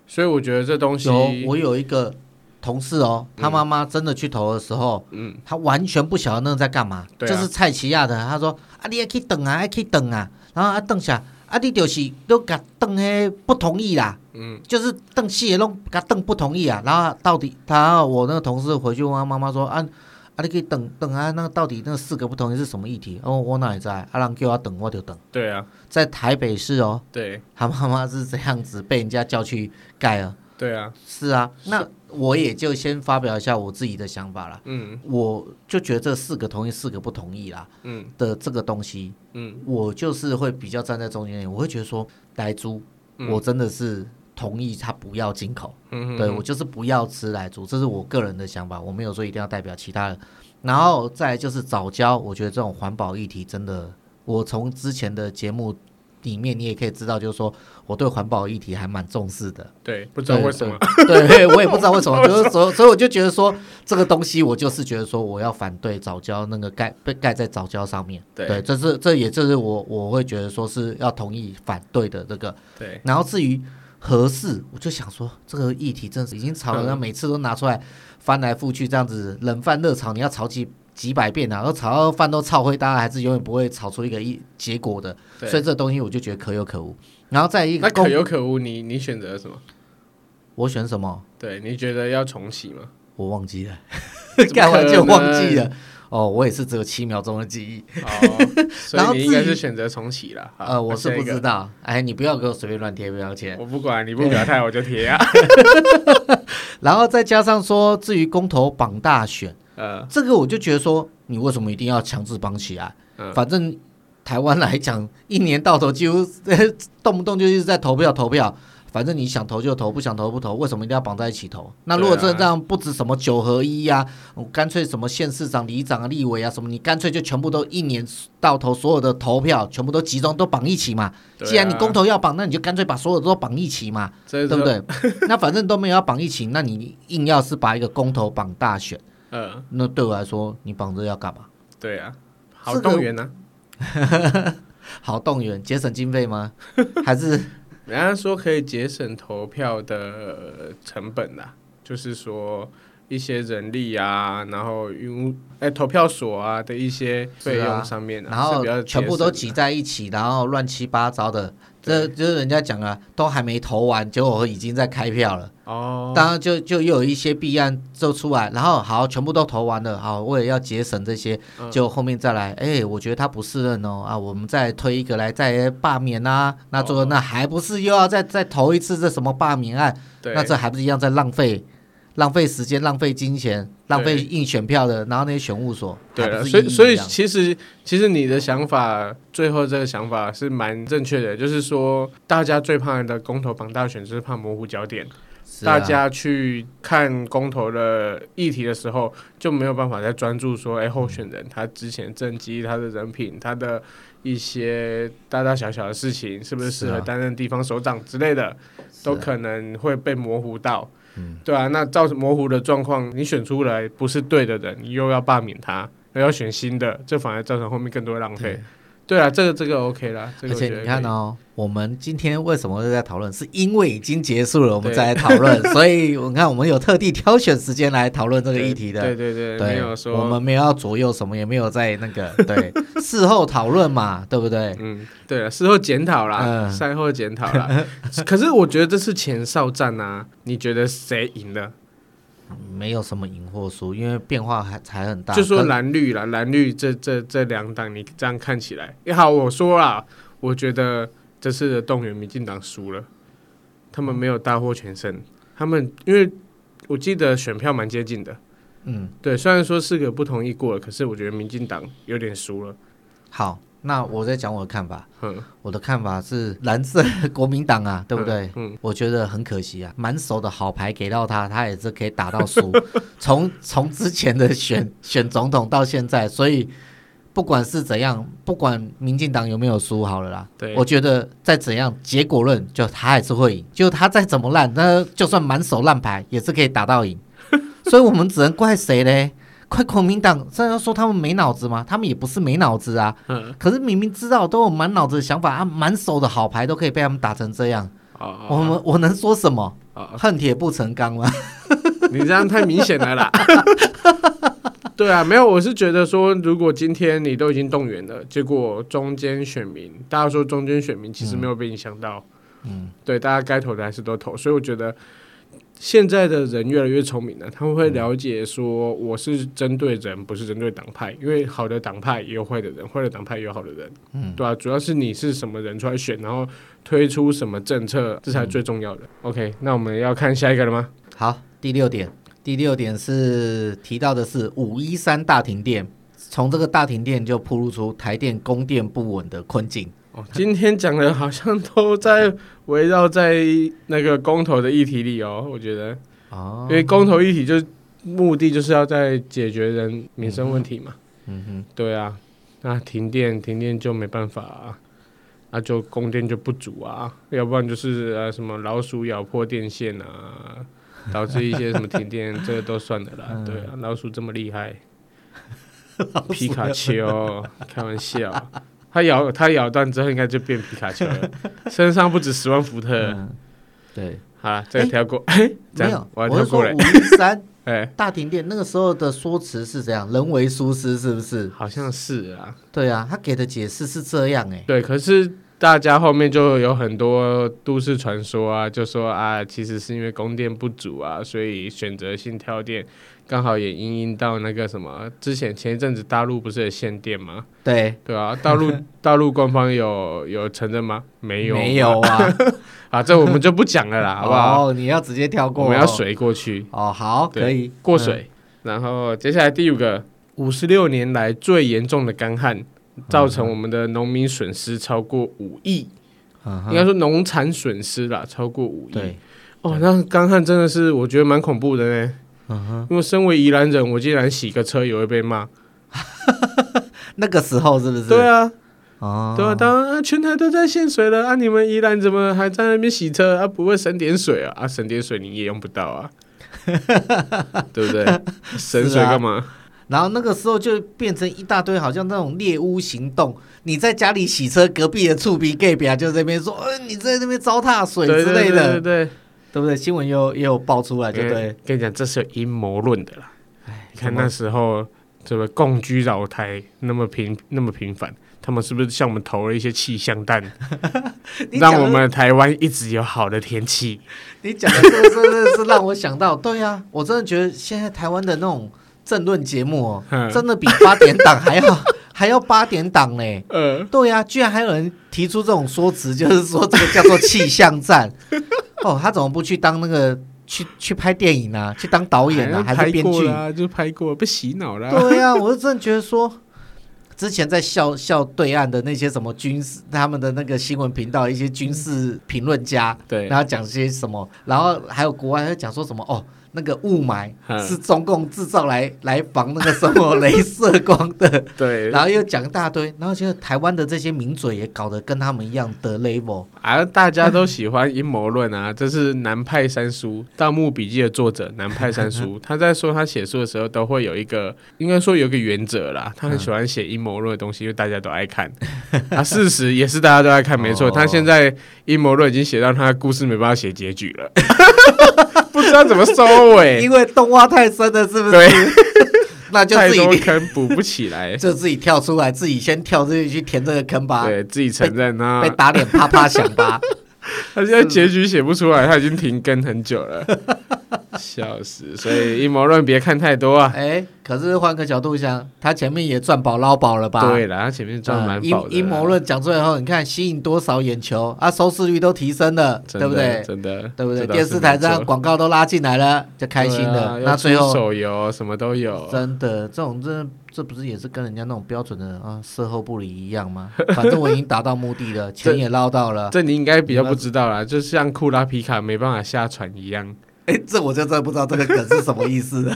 B: 所以我觉得这东西，
A: 有我有一个同事哦，他妈妈真的去投的时候，
B: 嗯，
A: 他完全不晓得那个在干嘛，
B: 对啊
A: 就是蔡奇亚的，他说啊，你还去等啊，还去等啊，然后啊等下啊，你就是都甲等迄不同意啦，
B: 嗯，
A: 就是瞪戏也弄甲瞪不同意啊，然后到底他我那个同事回去问他妈妈说啊。啊，你可以等等啊，那个到底那四个不同意是什么议题？哦，我哪里知道？啊，人叫我等，我就等。
B: 对啊，
A: 在台北市哦，
B: 对
A: 他妈妈是这样子被人家叫去盖哦了。
B: 对啊，
A: 是啊，那我也就先发表一下我自己的想法啦。
B: 嗯
A: 我就觉得这四个同意，四个不同意啦
B: 嗯
A: 的这个东西，
B: 嗯，
A: 我就是会比较站在中间点，我会觉得说，莱猪，
B: 嗯
A: 我真的是同意他不要进口，
B: 嗯
A: 对我就是不要吃莱猪，这是我个人的想法，我没有说一定要代表其他人。然后再来就是早教，我觉得这种环保议题真的，我从之前的节目里面你也可以知道，就是说我对环保议题还蛮重视的。
B: 对，不知道为什么，
A: 对， 对我也不知道为什么，就是所所以我就觉得说这个东西，我就是觉得说我要反对早教那个盖被盖在早教上面，
B: 对
A: 这是这也就是我我会觉得说是要同意反对的这个，
B: 对
A: 然后至于合适，我就想说这个议题真是已经吵了，
B: 嗯
A: 那每次都拿出来翻来覆去这样子冷饭热炒，你要炒几几百遍啊，都炒到饭都炒灰，当然还是永远不会炒出一个一结果的，所以
B: 对，
A: 这东西我就觉得可有可无。然后再一个
B: 那可
A: 公，
B: 有可无，你你选择了什么？
A: 我选什么？
B: 对，你觉得要重启吗？，
A: 我忘记了 干完就忘记
B: 怎么可
A: 了。哦，我也是只有七秒钟的记忆。
B: 哦， 所
A: 然后
B: 以你应该
A: 至
B: 是
A: 于
B: 选择重启了。好
A: 呃，我是不，
B: 下
A: 知
B: 一个
A: 道。哎，你不要给我随便乱贴标签。
B: 我不管，你不表态我就贴啊。
A: 然后再加上说，至于公投绑大选，
B: 呃，
A: 这个我就觉得说，你为什么一定要强制绑起来？
B: 嗯
A: 反正台湾来讲，一年到头几乎呃动不动就一直在投票投票。反正你想投就投，不想投不投，为什么一定要绑在一起投？那如果
B: 对啊
A: 真的这样，不止什么九合一呀、我干脆什么县市长、里长啊、立委啊什么，你干脆就全部都一年到头所有的投票全部都集中都绑一起嘛。
B: 对啊
A: 既然你公投要绑，那你就干脆把所有都绑一起嘛，
B: 这
A: 对不？
B: 是
A: 对？那反正都没有要绑一起，那你硬要是把一个公投绑大选，
B: 呃，
A: 那对我来说，你绑着要干嘛？
B: 对啊，好
A: 这个
B: 动员呢。
A: 好动员，节省经费吗？ 还是
B: 人家说可以节省投票的成本啦，就是说一些人力啊，然后运哎投票所啊的一些费
A: 是啊
B: 用上面啊，
A: 然
B: 是
A: 后
B: 比较
A: 全部都
B: 节
A: 挤在一起，然后乱七八糟的？这就是人家讲了，都还没投完，结果已经在开票了。
B: 省哦，
A: 当然就就又有一些弊案就出来，然后好，全部都投完了，好，为了要节省这些，
B: 嗯
A: 就后面再来，哎、我觉得他不适任哦，啊，我们再推一个来再罢免啊，那最后
B: 哦
A: 那还不是又要再再投一次这什么罢免案？
B: 对，
A: 那这还不是一样在浪费，浪费时间，浪费金钱，浪费
B: 对
A: 印选票的，然后那些选务所，
B: 对
A: 还
B: 了，
A: 不是
B: 所以
A: 一
B: 所以
A: 样
B: 其实其实你的想法，最后这个想法是蛮正确的，就是说大家最怕的公投绑大选就是怕模糊焦点，
A: 是啊
B: 大家去看公投的议题的时候，就没有办法再专注说，哎、
A: 嗯
B: 候选人他之前政绩、他的人品、他的一些大大小小的事情，是不是适
A: 是
B: 合
A: 啊
B: 担任地方首长之类的，
A: 是啊嗯
B: 都可能会被模糊到。对啊，那造成模糊的状况，你选出来不是对的人，你又要罢免他，又要选新的，这反而造成后面更多的浪费。对啊，这个这个 OK 啦，这
A: 而
B: 个我
A: 且
B: 觉得
A: 你看
B: 可以
A: 哦，我们今天为什么会在讨论？是因为已经结束了，我们
B: 对
A: 再来讨论。所以我看，我们有特地挑选时间来讨论这个议题的。
B: 对对对，
A: 对，
B: 没有说
A: 我们没有要左右什么，也没有在那 个对事后讨论嘛，对不对？
B: 嗯，对了，事后检讨啦，
A: 嗯
B: 赛、后检讨啦。可是我觉得这是前哨战啊，你觉得谁赢了？
A: 没有什么赢或输，因为变化还还很大。
B: 就说
A: 跟
B: 蓝绿啦，蓝绿这这这两党，你这样看起来，也好，我说啦，我觉得这次的动员，民进党输了，他们没有大获全胜，他们因为我记得选票蛮接近的，
A: 嗯
B: 对，虽然说四个不同意过了，可是我觉得民进党有点输了，
A: 好，那我再讲我的看法。
B: 嗯，
A: 我的看法是蓝色国民党啊，对不对？
B: 嗯，
A: 我觉得很可惜啊，满手的好牌给到他，他也是可以打到 输。从从之前的选选总统到现在，所以不管是怎样，不管民进党有没有输，好了啦，
B: 对
A: 我觉得再怎样结果论，就他还是会赢。就他再怎么烂，那就算满手烂牌也是可以打到 赢。所以我们只能怪谁嘞？怪国民党，这要说他们没脑子吗？他们也不是没脑子啊。
B: 嗯，
A: 可是明明知道都有满脑子的想法啊，满手的好牌都可以被他们打成这样，
B: 哦
A: 我
B: 哦
A: 们我能说什么？
B: 哦哦，
A: 恨铁不成钢吗？
B: 你这样太明显了啦。 对啊，没有，我是觉得说，如果今天你都已经动员了，结果中间选民，大家说中间选民其实没有被影响到，嗯，对，大家该投的还是都投，所以我觉得现在的人越来越聪明了，他们会了解说我是针对人，不是针对党派，因为好的党派也有坏的人，坏的党派也有好的人，嗯，对啊，主要是你是什么人出来选，然后推出什么政策，这才最重要的。OK，那我们要看下一个了吗？
A: 好，第六点，第六点是提到的是五一三大停电，从这个大停电就暴露出台电供电不稳的困境。
B: 哦，今天讲的好像都在围绕在那个公投的议题里哦，我觉得，
A: 哦
B: 因，为公投议题就是目的就是要在解决人民生问题嘛。
A: 嗯
B: 对啊，那停电停电就没办法啊，那就供电就不足啊，要不然就是呃什么老鼠咬破电线啊，导致一些什么 停电，这个都算的
A: 嗯
B: 啦。对啊，老鼠这么厉害，
A: 哼，
B: 皮卡丘，开玩笑，它咬它咬断之后应该就变皮卡丘了，身上不止十万伏特。
A: 嗯，对，
B: 好了，这个
A: 哎
B: 跳过， 哎，这
A: 没
B: 样
A: 有，
B: 我要
A: 我
B: 跳
A: 是说
B: 过来
A: 五，一三
B: 哎，
A: 大停电那个时候的说辞是怎样？人为疏失是不是？
B: 好像是啊，
A: 对啊，他给的解释是这样哎、
B: 对，可是大家后面就有很多都市传说啊，就说啊，其实是因为供电不足啊，所以选择性跳电，刚好也因应到那个什么，之前前一阵子大陆不是有限电吗？
A: 对，
B: 对啊，大 陆大陆官方有有承认吗？没有，
A: 没有 啊，
B: 啊，这我们就不讲了啦，好不好？
A: 哦，你要直接跳过、
B: 我们要水过去，
A: 哦，好，
B: 对
A: 可以
B: 过水。然后接下来第五个，嗯嗯五十六年来最严重的干旱，造成我们的农民损失超过五亿。
A: 嗯
B: 应该说农产损失啦，超过五亿。
A: 对，
B: 哦，那干旱真的是我觉得蛮恐怖的呢。因为身为宜兰人，我竟然洗个车也会被骂。
A: 那个时候是不是？
B: 对啊，
A: 哦，
B: 对啊，当然、啊、全台都在限水了啊，你们宜兰怎么还在那边洗车啊？不会省点水啊？啊，省点水你也用不到 啊，对 不对？省水干嘛？
A: 然后那个时候就变成一大堆，好像那种猎巫行动。你在家里洗车，隔壁的醋皮 gay 表就在那边说，呃，你在那边糟蹋水
B: 对
A: 之类的，
B: 对对对
A: 对不对？新闻又也有爆出来，就
B: 对
A: 对。哎
B: 跟你讲，这是有阴谋论的啦。你看
A: 怎么
B: 那时候这个共居扰台那么频那么频繁，他们是不是向我们投了一些气象弹，
A: 你讲
B: 让
A: 的
B: 我们台湾一直有好的 天气？
A: 你讲的这个真的是让我想到，对 啊，我真的觉得现在台湾的那种政论节目哦，
B: 嗯
A: 真的比八点档还要 还要八点档嘞。
B: 呃，
A: 对呀、居然还有人提出这种说辞，就是说这个叫做气象 战。哦，他怎么不去当那个去去拍电影啊？去当导演啊？还
B: 拍
A: 是编
B: 过
A: 剧？啊
B: 啦，就拍过，被洗脑啦。
A: 对呀、我是真的觉得说，之前在笑笑对岸的那些什么军事，他们的那个新闻频道一些军事评论家，
B: 对
A: 然后讲些什么，然后还有国外还讲说什么哦，那个雾霾
B: 嗯
A: 是中共制造来来防那个什么镭射光的，
B: 对，
A: 然后又讲一大堆，然后现在台湾的这些名嘴也搞得跟他们一样的 level，
B: 而啊大家都喜欢阴谋论啊，这是南派三叔《盗墓笔记》的作者南派三叔，他在说他写书的时候都会有一个，应该说有一个原则 啦，他很喜欢写阴谋论的东西，因为大家都爱看。啊，事实也是大家都爱看，没错。
A: 哦
B: 他现在阴谋论已经写到他的故事没办法写结局了， 不知道怎么收 尾
A: 因，为动画太深了，是不
B: 对
A: 是？那 就
B: 太
A: 自
B: 多
A: 己，
B: 坑补不起 来
A: 就自己跳出来，自己先跳自己去填这个坑吧，
B: 对自己承认啊
A: 被，打脸啪啪响吧。
B: 他现在结局写不出来，他已经停更很久 了，,笑死！所以阴谋论别看太多啊。
A: 哎，可是换个角度想，他前面也赚饱捞饱了吧？
B: 对啦，他前面赚蛮
A: 嗯阴
B: 饱的啦。
A: 阴谋论讲出来后，你看吸引多少眼球啊，收视率都提升了，
B: 真
A: 对
B: 的，
A: 不对？
B: 真的，
A: 对不对？
B: 这倒
A: 电
B: 是
A: 视台
B: 没
A: 这样
B: 错
A: 广告都拉进来了，就开心
B: 对
A: 了。
B: 啊
A: 那
B: 又
A: 最
B: 出
A: 后
B: 手游什么都有，
A: 真的这种这这不是也是跟人家那种标准的啊事后不理一样吗？反正我已经达到目的了，钱也捞到 了。
B: 这你应该比较不知道啦，就像库拉皮卡没办法下船一样
A: 哎，这我就真的不知道这个梗是什么意思 了。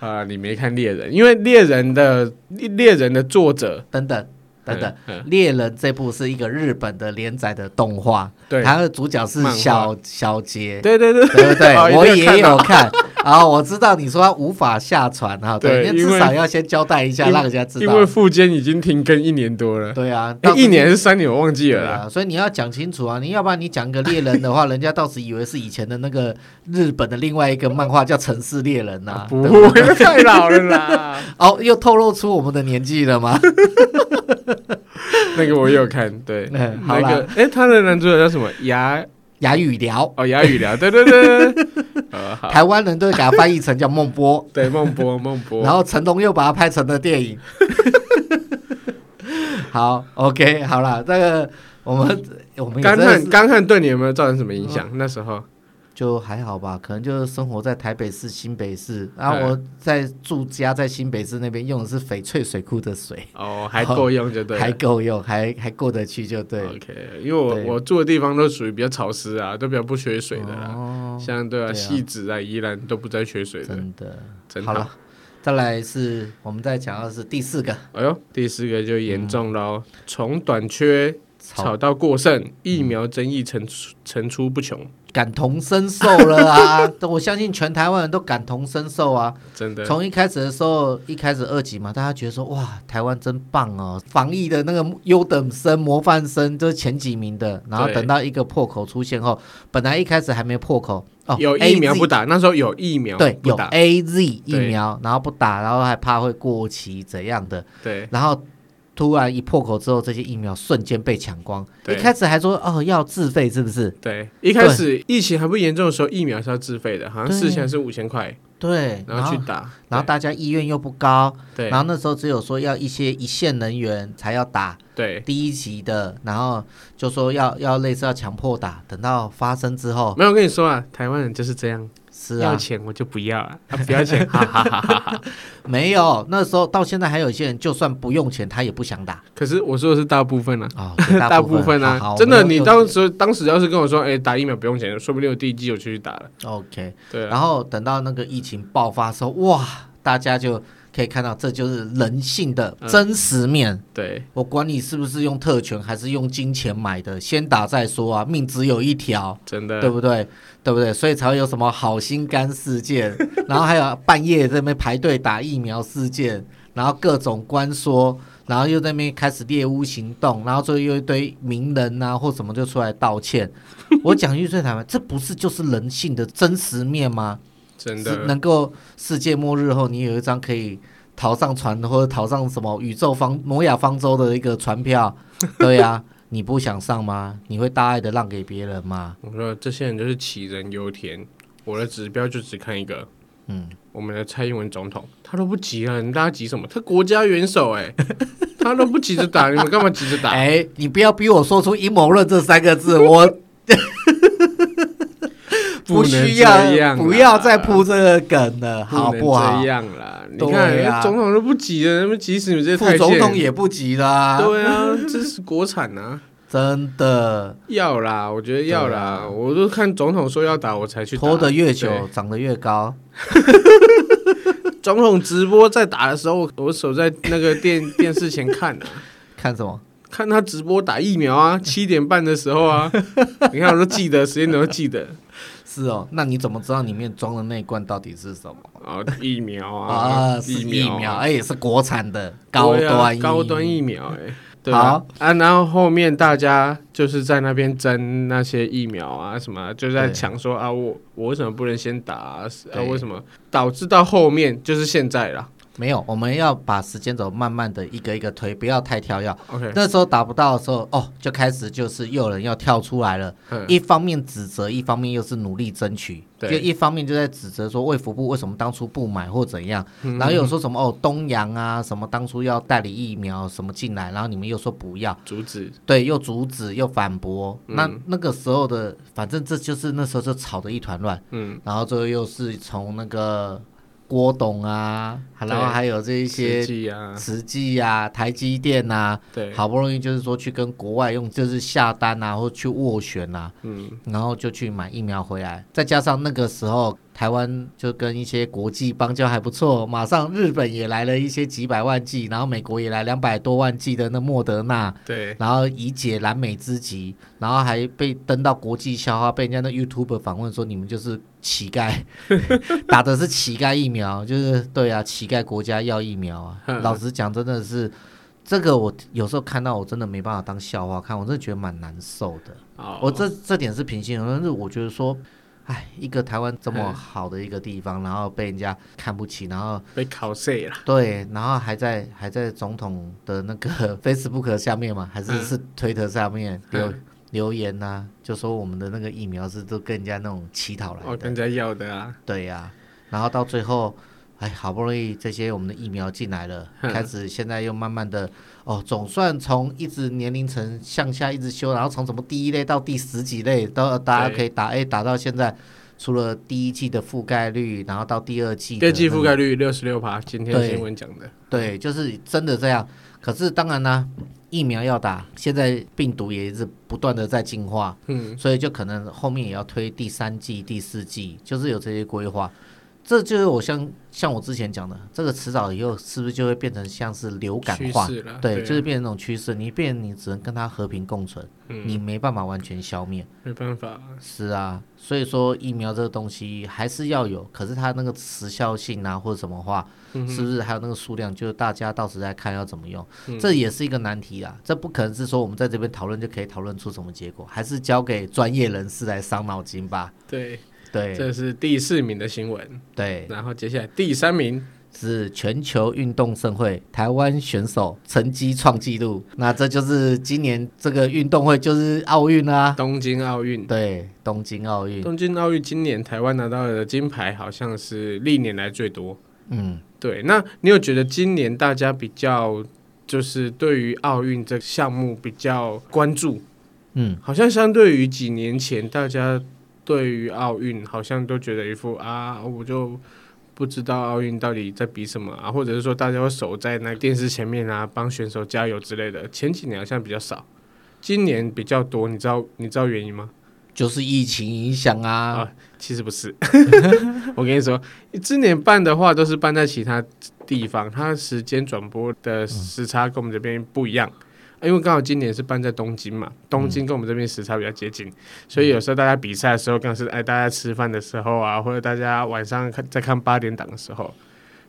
B: 啊、你没看猎人，因为猎人的猎人的作者，
A: 等等等等，
B: 嗯，
A: 《猎人》这部是一个日本的连载的动画，
B: 对
A: 它的主角是
B: 漫画
A: 小小杰
B: 嗯，对对对
A: 对不对？
B: 哦一
A: 我
B: 定要看
A: 也
B: 到
A: 有看。然后我知道你说他无法下船哈，
B: 对
A: 对，那
B: 因为
A: 至少要先交代一下，
B: 因
A: 让人家知
B: 因
A: 道。
B: 为富坚已经停更一年多了，
A: 对啊，
B: 哎
A: 到时
B: 一年还是三年我忘记
A: 对
B: 了啦。
A: 啊，所以你要讲清楚啊！你要不然你讲个猎人的话，人家到时以为是以前的那个日本的另外一个漫画叫《城市猎人》呐、
B: 啊不
A: 对不对啊
B: 会，太老了 啦。
A: 哦，又透露出我们的年纪了吗？
B: 那个我也有看，对，
A: 嗯
B: 那
A: 好啦
B: 个哎、他的男主角叫什么？牙
A: 雅语聊，
B: 哦，牙语聊，对对对 对，对呃，好，
A: 台湾人都给它翻译成叫孟波，
B: 对，孟波，孟波，
A: 然后成龙又把它拍成了电 影。好，OK，好啦，这个我们我们也
B: 干
A: 真的
B: 旱，
A: 是嗯
B: 干旱对你有没有造成什么影响？那时候，
A: 就还好吧，可能就是生活在台北市、新北市，然后
B: 嗯
A: 我在住家在新北市那边用的是翡翠水库的水，
B: 哦，还够用就对了。
A: 还够用，还还过得去就啊对。
B: OK，因为我
A: 对
B: 我住的地方都属于比较潮湿啊，都比较不缺水的啦。
A: 哦，
B: 像对啊，
A: 对啊
B: 戏子啊、宜兰都不再缺水的，
A: 真的，
B: 真
A: 好了。再来是我们再讲到的是第四个
B: 哎呦，第四个就严重喽，从短缺
A: 嗯草嗯
B: 炒到过剩，疫苗争议层出层出不穷，
A: 感同身受了啊！ 我相信全台湾人都感同身受啊。
B: 真的。
A: 从一开始的时候，一开始二级嘛，大家觉得说哇，台湾真棒哦，防疫的那个优等生、模范生都是前几名的。然后
B: 对
A: 等到一个破口出现后，本来一开始还没破口哦，
B: 有疫苗不打，那时候有疫苗
A: AZ 对，
B: 不
A: 有
B: 打，
A: A Z 疫
B: 对
A: 苗，然后不打，然后还怕会过期怎样的，
B: 对
A: 然后。突然一破口之后，这些疫苗瞬间被抢光。一
B: 对
A: 开始还说哦要自费是不是？
B: 对。一开始疫情还不严重的时候，疫苗是要自费的，好像
A: 对
B: 四千还是五千块，
A: 对，
B: 然
A: 然
B: 后
A: 后
B: 去打，
A: 然后大家意愿又不高，
B: 对
A: 然后那时候只有说要一些一线人员才要打，
B: 对。
A: 第一集的，然后就说要要类似要强迫打，等到发生之后，
B: 没有，我跟你说啊，台湾人就是这样，
A: 是
B: 要
A: 啊，
B: 钱我就不要啊，啊不 要钱，哈哈哈哈哈。
A: 没有，那时候到现在还有一些人，就算不用钱，他也不想打
B: 可是我说的是大部分啊，
A: 哦，对
B: 大
A: 部
B: 分啊，
A: 好好
B: 真
A: 我
B: 的，
A: 们
B: 你
A: 又
B: 当时当时要是跟我说，哎、打疫苗不用钱，说不定我第一季我就去打了。
A: OK，
B: 对啊，
A: 然后等到那个疫情爆发的时候，哇，大家就可以看到这就是人性的
B: 嗯
A: 真实面。
B: 对
A: 我管你是不是用特权还是用金钱买的，先打再说啊，命只有一条。
B: 真的，
A: 对不对？对不对？所以才会有什么好心肝事 件，然后还有半夜在那边排队打疫苗事件，然后各种关说，然后又在那边开始猎巫行动，然后最后又一堆名人啊或什么就出来道 歉。我讲句最坦白，这不是就是人性的真实面吗？
B: 真
A: 是
B: 的，
A: 能够世界末日后，你有一张可以逃上船或者逃上什么宇宙方摩亚方舟的一个船票，对呀、你不想上吗？你会大爱的让给别人吗？
B: 我说这些人就是杞人忧天，我的指标就只看一个，
A: 嗯，
B: 我们的蔡英文总统，他都不急啊，你大家急什么？他国家元首哎、 他都不急着打，你们干嘛急着打？
A: 哎、 你不要逼我说出阴谋论这三个字，我不
B: 能
A: 需
B: 这
A: 要，
B: 样
A: 不
B: 啦
A: 要再铺这个梗了，好
B: 能
A: 不好
B: 这？样啦，你
A: 对
B: 看人
A: 啊
B: 家总统都不急了，那么急死你们这些
A: 副
B: 太
A: 总
B: 监
A: 统也不急啦，
B: 对啊，这是国产啊，
A: 真的
B: 要啦，我觉得要啦，我都看总统说要打我才去打
A: 拖啊得越久，
B: 对
A: 长得越高。
B: 总统直播在打的时候，我守在那个电 电视前看啊，
A: 看什么？
B: 看他直播打疫 苗啊，七点半的时候啊，你看我都记得时间都记得
A: 是哦，那你怎么知道里面装的那一罐到底是什么
B: 啊，疫苗啊
A: 啊？，是疫
B: 疫苗
A: 苗，
B: 啊
A: 哎，也是国产的高
B: 对啊
A: 端
B: 高端疫苗哎、对啊
A: 好，
B: 啊，然后后面大家就是在那边争那些疫苗啊，什么就在
A: 对
B: 抢说啊，我我为什么不能先打啊？是啊，
A: 对
B: 为什么导致到后面就是现在啦
A: 没有，我们要把时间轴慢慢的一个一个推，不要太跳跃。
B: ？OK，
A: 那时候达不到的时候，哦，就开始就是又有人要跳出来了，
B: 嗯
A: 一方面指责，一方面又是努力争取，就
B: 对
A: 一方面就在指责说卫福部为什么当初不买或怎样，
B: 嗯
A: 然后又说什么哦东洋啊什么当初要代理疫苗什么进来，然后你们又说不要，
B: 阻止
A: 对，又阻止又反驳，
B: 嗯
A: 那那个时候的反正这就是那时候就吵得一团乱，
B: 嗯，
A: 然后最后又是从那个郭董啊，然后
B: 对
A: 还有这一些
B: 实际啊，
A: 慈济啊、台积电啊，
B: 对，
A: 好不容易就是说去跟国外用，就是下单啊，或去斡旋啊，
B: 嗯，
A: 然后就去买疫苗回来。再加上那个时候台湾就跟一些国际邦交还不错，马上日本也来了一些几百万剂，然后美国也来两百多万剂的那莫德纳。
B: 对，
A: 然后以解燃眉之急，然后还被登到国际笑话，被人家那 YouTube 访问说你们就是乞丐， 打的是乞丐疫苗，就是对啊，乞丐国家要疫苗啊。
B: 嗯
A: 老实讲，真的是这个我有时候看到我真的没办法当笑话看，我真的觉得蛮难受的。
B: 好，
A: 我这这点是平心而论，但是我觉得说。哎，一个台湾这么好的一个地方，然后被人家看不起，然后
B: 被考碎了，
A: 对，然后还在还在总统的那个 Facebook 下面嘛，还是
B: 嗯
A: 是推特下面留、
B: 嗯
A: 留言呐、就说我们的那个疫苗是都跟人家那种乞讨来
B: 哦，
A: 的，
B: 跟人家要的啊，
A: 对呀、然后到最后，哎，好不容易这些我们的疫苗进来了，
B: 嗯
A: 开始现在又慢慢的哦，总算从一直年龄层向下一直修，然后从什么第一类到第十几类，到大家
B: 对
A: 可以打 A 打到现在，除了第一季的覆盖率，然后到第二季
B: 第
A: 的
B: 二季
A: 那
B: 覆
A: 个
B: 盖率六十六趴，今天
A: 对
B: 新闻讲的，
A: 对，就是真的这样。可是当然啦、疫苗要打，现在病毒也一直不断的在进化，
B: 嗯，
A: 所以就可能后面也要推第三季、第四季，就是有这些规划。这就是我像像我之前讲的，这个迟早以后是不是就会变成像是流感
B: 趋
A: 化？
B: 势了，
A: 对，
B: 啊
A: 就是变成那种趋势，你变你只能跟它和平共存，你
B: 嗯，
A: 没办法完全消灭。
B: 没办法，
A: 是啊，所以说疫苗这个东西还是要有，可是它那个时效性啊或者什么话，
B: 嗯
A: 是不是还有那个数量，就是大家到时再看要怎么用，
B: 嗯
A: 这也是一个难题啦。这不可能是说我们在这边讨论就可以讨论出什么结果，还是交给专业人士来伤脑筋吧。
B: 对，
A: 对
B: 这是第四名的新闻，
A: 对，
B: 然后接下来第三名，
A: 是全球运动盛会，台湾选手成绩创纪录，那这就是今年这个运动会就是奥运啊，
B: 东京奥运。
A: 对，东京奥运，
B: 东京奥运今年台湾拿到的金牌好像是历年来最多。
A: 嗯。
B: 对，那你有觉得今年大家比较就是对于奥运这个项目比较关注？
A: 嗯，
B: 好像相对于几年前，大家对于奥运好像都觉得一副啊，我就不知道奥运到底在比什么啊，或者是说大家会守在那个电视前面啊，帮选手加油之类的。前几年好像比较少，今年比较多，你知道你知道原因吗？
A: 就是疫情影响啊
B: 啊，其实不是， 我跟你说，今年办的话都是办在其他地方，它时间转播的时差跟我们这边不一样。啊因为刚好今年是办在东京嘛，东京跟我们这边时差比较接近，所以有时候大家比赛的时候，更是哎大家吃饭的时候啊，或者大家晚上看在看八点档的时候，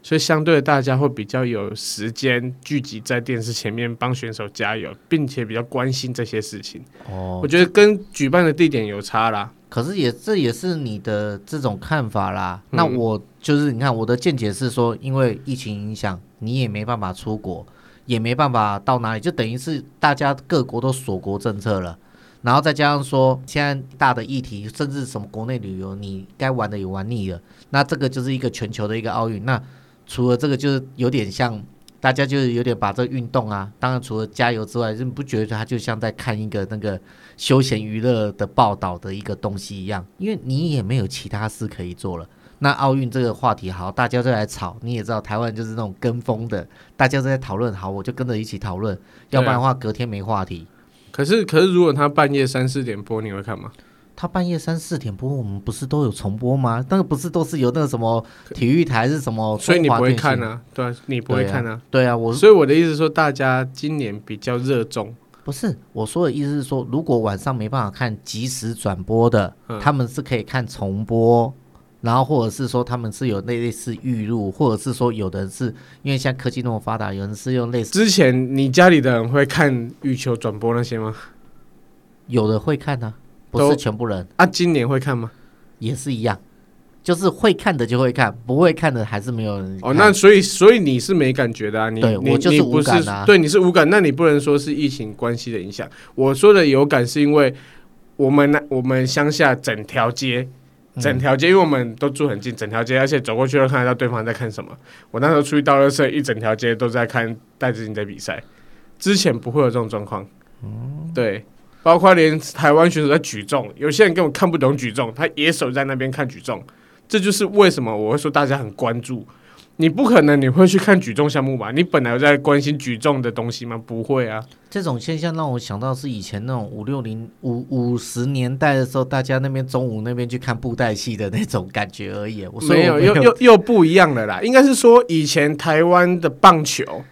B: 所以相对的大家会比较有时间聚集在电视前面帮选手加油，并且比较关心这些事情。
A: 哦，
B: 我觉得跟举办的地点有差啦，
A: 可是也这也是你的这种看法啦。
B: 嗯
A: 那我就是你看我的见解是说，因为疫情影响，你也没办法出国，也没办法到哪里，就等于是大家各国都锁国政策了。然后再加上说，现在大的议题，甚至什么国内旅游，你该玩的也玩腻了。那这个就是一个全球的一个奥运。那除了这个，就是有点像大家就是有点把这运动啊，当然除了加油之外，你不觉得它就像在看一个那个休闲娱乐的报道的一个东西一样？因为你也没有其他事可以做了。那奥运这个话题好，大家都来吵，你也知道台湾就是那种跟风的，大家都在讨论，好我就跟着一起讨论，要不然的话隔天没话题。
B: 可是可是如果他半夜三四点播，你会看吗？
A: 他半夜三四点播，我们不是都有重播吗？那个不是都是由那个什么体育台是什么？
B: 所以你不会看
A: 啊？
B: 啊，对啊，你不会看啊。
A: 对啊，我
B: 所以我的意思是说，大家今年比较热衷，
A: 不是我说的意思是说，如果晚上没办法看即时转播的，
B: 嗯
A: 他们是可以看重播，然后或者是说他们是有类类似预录，或者是说有的人是因为现在科技那么发达，有人是用类似，
B: 之前你家里的人会看羽球转播那些吗？
A: 有的会看呢、啊不
B: 都
A: 是全部人
B: 啊，今年会看吗？
A: 也是一样，就是会看的就会看，不会看的还是没有人
B: 哦，
A: 看
B: 那所以所以你是没感觉的啊，你
A: 对
B: 你
A: 我就是
B: 你
A: 无
B: 不
A: 感啊
B: 对，你是无感，那你不能说是疫情关系的影响。我说的有感是因为我们那我们乡下整条街。
A: 嗯
B: 整条街，因为我们都住很近，整条街，而且走过去都看得到对方在看什么。我那时候出去倒垃圾，一整条街都在看戴资颖在比赛，之前不会有这种状况。
A: 嗯
B: 对，包括连台湾选手在举重，有些人根本看不懂举重，他野手在那边看举重，这就是为什么我会说大家很关注。你不可能你会去看举重项目吧？你本来有在关心举重的东西吗？不会啊。
A: 这种现象让我想到是以前那种五六零五五十年代的时候，大家那边中午那边去看布袋戏的那种感觉而已。我所以
B: 没
A: 我
B: 有，又又又不一样了啦。应该是说，以前台湾的棒球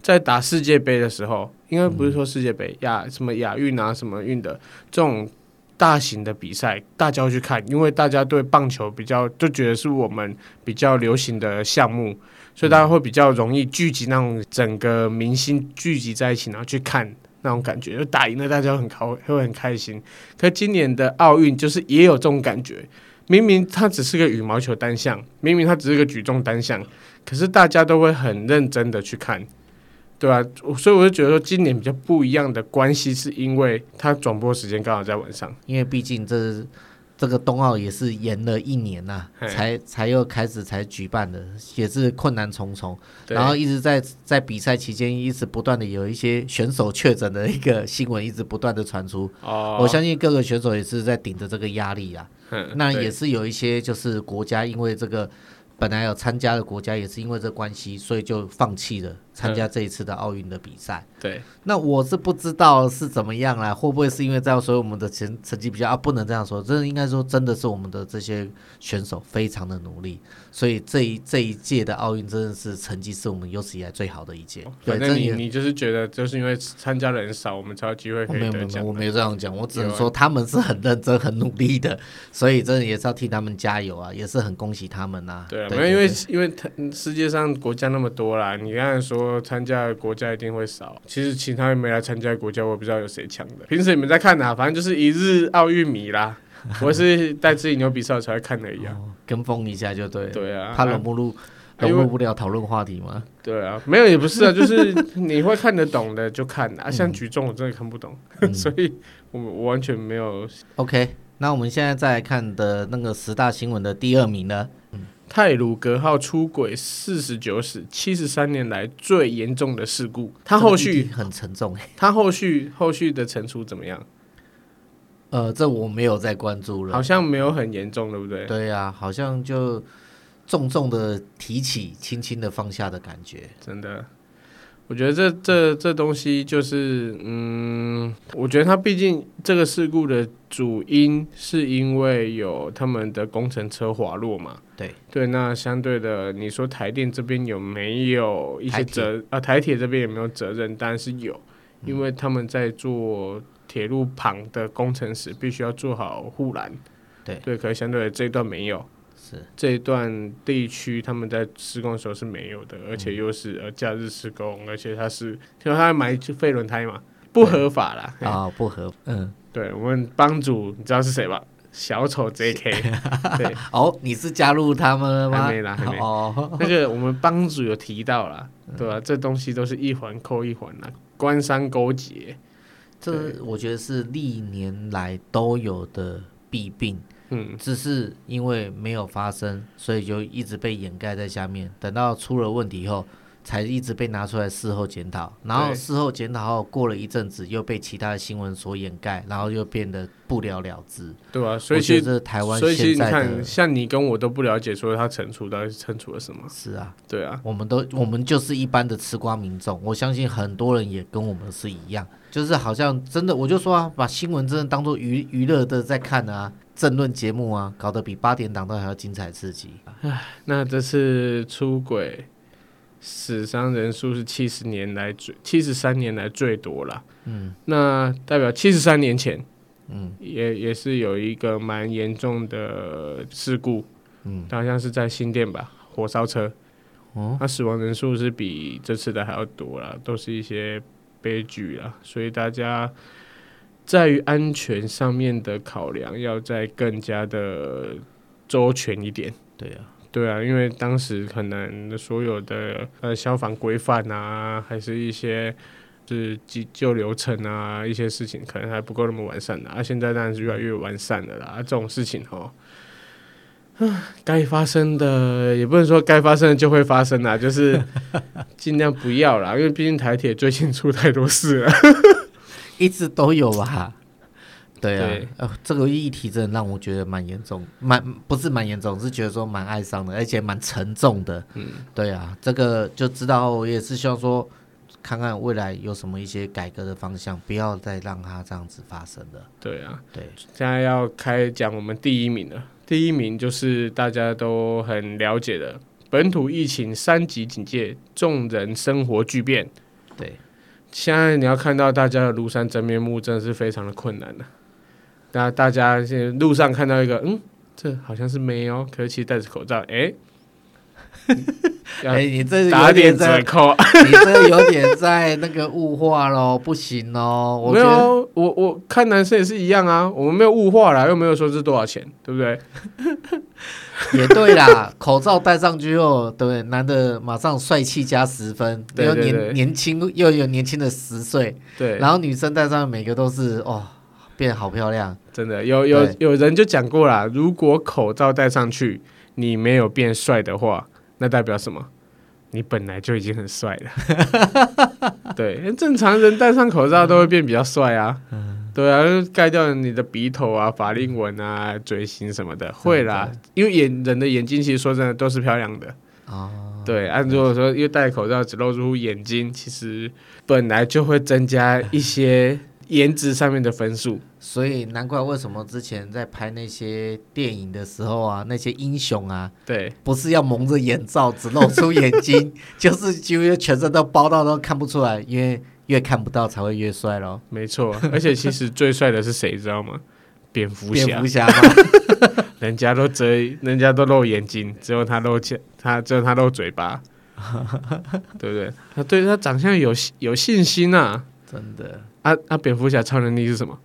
B: 在打世界杯的时候，应该不是说世界杯亚什么亚运啊什么运的这种大型的比赛，大家会去看，因为大家对棒球比较就觉得是我们比较流行的项目，所以大家会比较容易聚集那种整个明星聚集在一起，然后去看。那种感觉就打赢了，大家会很开会很开心。可今年的奥运就是也有这种感觉，明明它只是个羽毛球单项，明明它只是个举重单项，可是大家都会很认真的去看，对吧、我所以我就觉得说，今年比较不一样的关系，是因为它转播时间刚好在晚上。
A: 因为毕竟这这个冬奥也是延了一年呐、
B: 嘿
A: 才才又开始才举办的，也是困难重重。
B: 对
A: 然后一直在在比赛期间，一直不断的有一些选手确诊的一个新闻，一直不断的传出。
B: 哦
A: 我相信各个选手也是在顶着这个压力啊。
B: 嗯
A: 那
B: 对
A: 也是有一些就是国家因为这个本来有参加的国家也是因为这关系，所以就放弃了参
B: 嗯
A: 加这一次的奥运的比赛。
B: 对，
A: 那我是不知道是怎么样啦，会不会是因为这样，所以我们的成成绩比较啊？不能这样说，真的应该说真的是我们的这些选手非常的努力，所以这一这一届的奥运真的是成绩是我们有史以来最好的一届。对，真
B: 反正
A: 的
B: 你
A: 也
B: 你就是觉得，就是因为参加的人少，我们才有机会
A: 我哦
B: 可
A: 没
B: 以
A: 有没有
B: 得
A: 没有，
B: 奖。
A: 我没有这样讲，我只
B: 有
A: 能
B: 啊
A: 说他们是很认真、很努力的， 所以真的也是要替他们加油啊，也是很恭喜他们呐、
B: 对啊，
A: 对
B: 没有，因
A: 对
B: 为因为它世界上国家那么多啦，你刚才说参加的国家一定会少，其实其他也没来参加的国家，我也不知道有谁强的。平时你们在看啊哪？反正就是一日奥运迷啦，我是带自己牛比赛我才会看的一样。
A: 哦跟风一下就对了，
B: 对啊，
A: 怕融不入
B: 啊
A: 融
B: 因为
A: 入不了讨论话题吗？
B: 对啊，没有也不是啊，就是你会看得懂的就看
A: 嗯
B: 啊，像举重我真的看不懂， 所以我我完全没有
A: OK，那我们现在再来看的那个十大新闻的第二名呢，
B: 泰鲁格号出轨四十九死，七十三年来最严重的事故。它后
A: 这个议
B: 续
A: 题很沉重哎、
B: 它后续后续的成熟怎么样？
A: 呃，这我没有再关注了
B: 好。像没有很严重，对不对？
A: 对啊，好像就重重的提起，轻轻的放下的感觉。
B: 真的，我觉得这这这东西就是，嗯，我觉得它毕竟这个事故的主因是因为有他们的工程车滑落嘛。
A: 对
B: 对，那相对的，你说台电这边有没有一
A: 台
B: 些
A: 铁嗯
B: 责啊、台铁这边有没有责任？当然是有，因为他们在做铁路旁的工程时，必须要做好护栏。
A: 对
B: 对，可是相对的这一段没有。
A: 是
B: 这一段地区他们在施工的时候是没有的，而
A: 嗯
B: 且又是呃假日施工，而且它是就他买废轮胎嘛，不合法啦。嘿
A: 啊、不合嗯，
B: 对我们帮主你知道是谁吧？小丑 J.K. 对，
A: 哦，你是加入他们了吗？
B: 还没啦还没
A: 哦，
B: 那个我们帮主有提到啦，对吧、这东西都是一环扣一环啦，官商勾结。
A: 这我觉得是历年来都有的弊病，
B: 嗯，
A: 只是因为没有发生，所以就一直被掩盖在下面。等到出了问题以后，才一直被拿出来事后检讨，然后
B: 对
A: 事后检讨后过了一阵子，又被其他的新闻所掩盖，然后又变得不了了之。
B: 对吧、所以
A: 我觉得
B: 其实
A: 这是台湾
B: 所以其
A: 现
B: 实你
A: 在
B: 看，
A: 的
B: 像你跟我都不了解，说他惩处到底是惩处了什么？
A: 是啊，
B: 对啊，
A: 我们都我们就是一般的吃瓜民众，我相信很多人也跟我们是一样，就是好像真的，我就说啊，把新闻真的当做娱娱乐的在看啊，政论节目啊，搞得比八点档都还要精彩刺激。
B: 那这次出轨死伤人数是七十年来最七十三年来最多了。嗯，那代表七十三年前，嗯，也也是有一个蛮严重的事故，嗯，好像是在新店吧，火烧车。哦，那死亡人数是比这次的还要多啦，都是一些悲剧啦，所以大家在于安全上面的考量要再更加的周全一点。
A: 对啊，
B: 对啊，因为当时可能所有的呃消防规范啊，还是一些就是急救流程啊，一些事情可能还不够那么完善的啊。现在当然是越来越完善的啦。啊、这种事情哦，啊该发生的也不能说该发生的就会发生啦，啊就是尽量不要啦，因为毕竟台铁最近出太多事了。
A: 一直都有吧。 对啊，
B: 对
A: 呃，这个议题真的让我觉得蛮严重，蛮不是蛮严重，是觉得说蛮哀伤的，而且蛮沉重的。嗯，对啊，这个就知道，我也是希望说，看看未来有什么一些改革的方向，不要再让它这样子发生了。
B: 对啊，
A: 对，
B: 现在要开讲我们第一名了。第一名就是大家都很了解的本土疫情三级警戒，众人生活巨变。
A: 对，
B: 现在你要看到大家的庐山真面目，真的是非常的困难了、那大家现在路上看到一个，嗯，这好像是没哦，可是其实戴着口罩，哎、要
A: 哎、你这
B: 打
A: 有点
B: 点
A: 在
B: 折，扣。
A: 你这有点在那个物化咯，不行哦，我
B: 没
A: 觉
B: 有
A: 得
B: 啊，我我看男生也是一样啊，我们没有物化啦，又没有说是多少钱，对不对？
A: 也对啦，口罩戴上去后，对不对？男的马上帅气加十分，
B: 对对
A: 又
B: 对
A: 年年轻又有年轻的十岁，
B: 对，
A: 然后女生戴上每个都是哦，变好漂亮，
B: 真的有有
A: 对
B: 有人就讲过啦，如果口罩戴上去，你没有变帅的话，那代表什么？你本来就已经很帅了。 对，正常人戴上口罩都会变比较帅啊。
A: 嗯
B: 对啊，就盖掉你的鼻头啊、法令纹啊、嘴型什么的，会啦。因为眼人的眼睛其实说真的都是漂亮的。
A: 哦，
B: 对，啊，如果说又戴口罩只露出眼睛，其实本来就会增加一些 颜值上面的分数。
A: 所以难怪为什么之前在拍那些电影的时候啊，那些英雄啊，
B: 对，
A: 不是要蒙着眼罩只露出眼睛， 就是几乎全身都包到都看不出来，因为越看不到才会越帅咯。
B: 没错，而且其实最帅的是谁，知道吗？ 蝙蝠
A: 蝙
B: 侠
A: 蝠，侠 嘛，
B: 人家都遮，人家都露眼睛，只有他露前，他只有他露嘴 巴，对不对？他对他长相有有信心啊！
A: 真的
B: 啊啊！蝙蝠侠超能力是什么？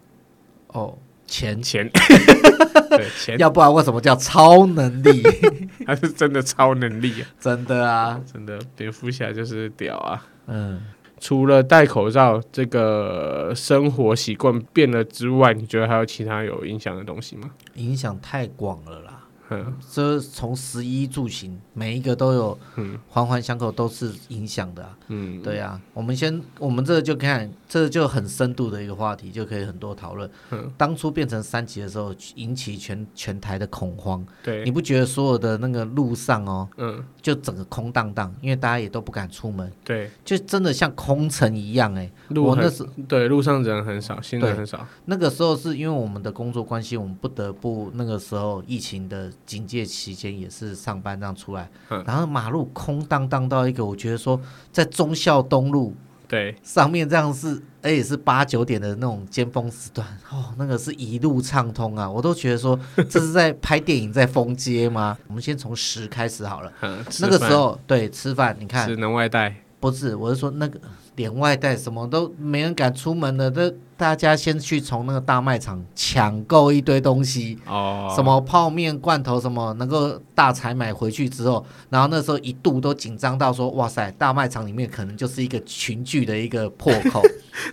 A: 哦，钱
B: 钱， 对钱，
A: 要不然为什么叫超能力？
B: 他是真的超能力啊！
A: 真的啊，
B: 真的，蝙蝠侠就是屌啊！
A: 嗯，
B: 除了戴口罩这个生活习惯变了之外，你觉得还有其他有影响的东西吗？
A: 影响太广了啦。
B: 嗯，
A: 这从食衣住行每一个都有
B: 嗯
A: 环环相扣，都是影响的、啊。
B: 嗯，
A: 对啊，我们先我们这就看，这就很深度的一个话题，就可以很多讨论。
B: 嗯
A: 当初变成三级的时候，引起全全台的恐慌，你
B: 对，
A: 不觉得所有的那个路上哦，
B: 嗯，
A: 就整个空荡荡，因为大家也都不敢出门，
B: 对。
A: 就真的像空城一样哎、
B: 路
A: 我
B: 很
A: 那时
B: 对，路上人很少，新人
A: 对
B: 很少。
A: 那个时候是因为我们的工作关系，我们不得不那个时候疫情的警戒期间也是上班这样出来，
B: 嗯
A: 然后马路空荡荡到一个，我觉得说在忠孝东路
B: 对，
A: 上面这样是，而且是八九点的那种尖峰时段，哦，那个是一路畅通啊，我都觉得说这是在拍电影在封街吗？我们先从十开始好了，
B: 嗯，吃
A: 那个
B: 饭
A: 时候对吃饭，你看
B: 只能外带，
A: 不是，我是说那个连外带什么都没人敢出门的，这大家先去从那个大卖场抢购一堆东西，
B: 哦，
A: 什么泡面、罐头什么，能够大采买回去之后，然后那时候一度都紧张到说，哇塞，大卖场里面可能就是一个群聚的一个
B: 。
A: 破口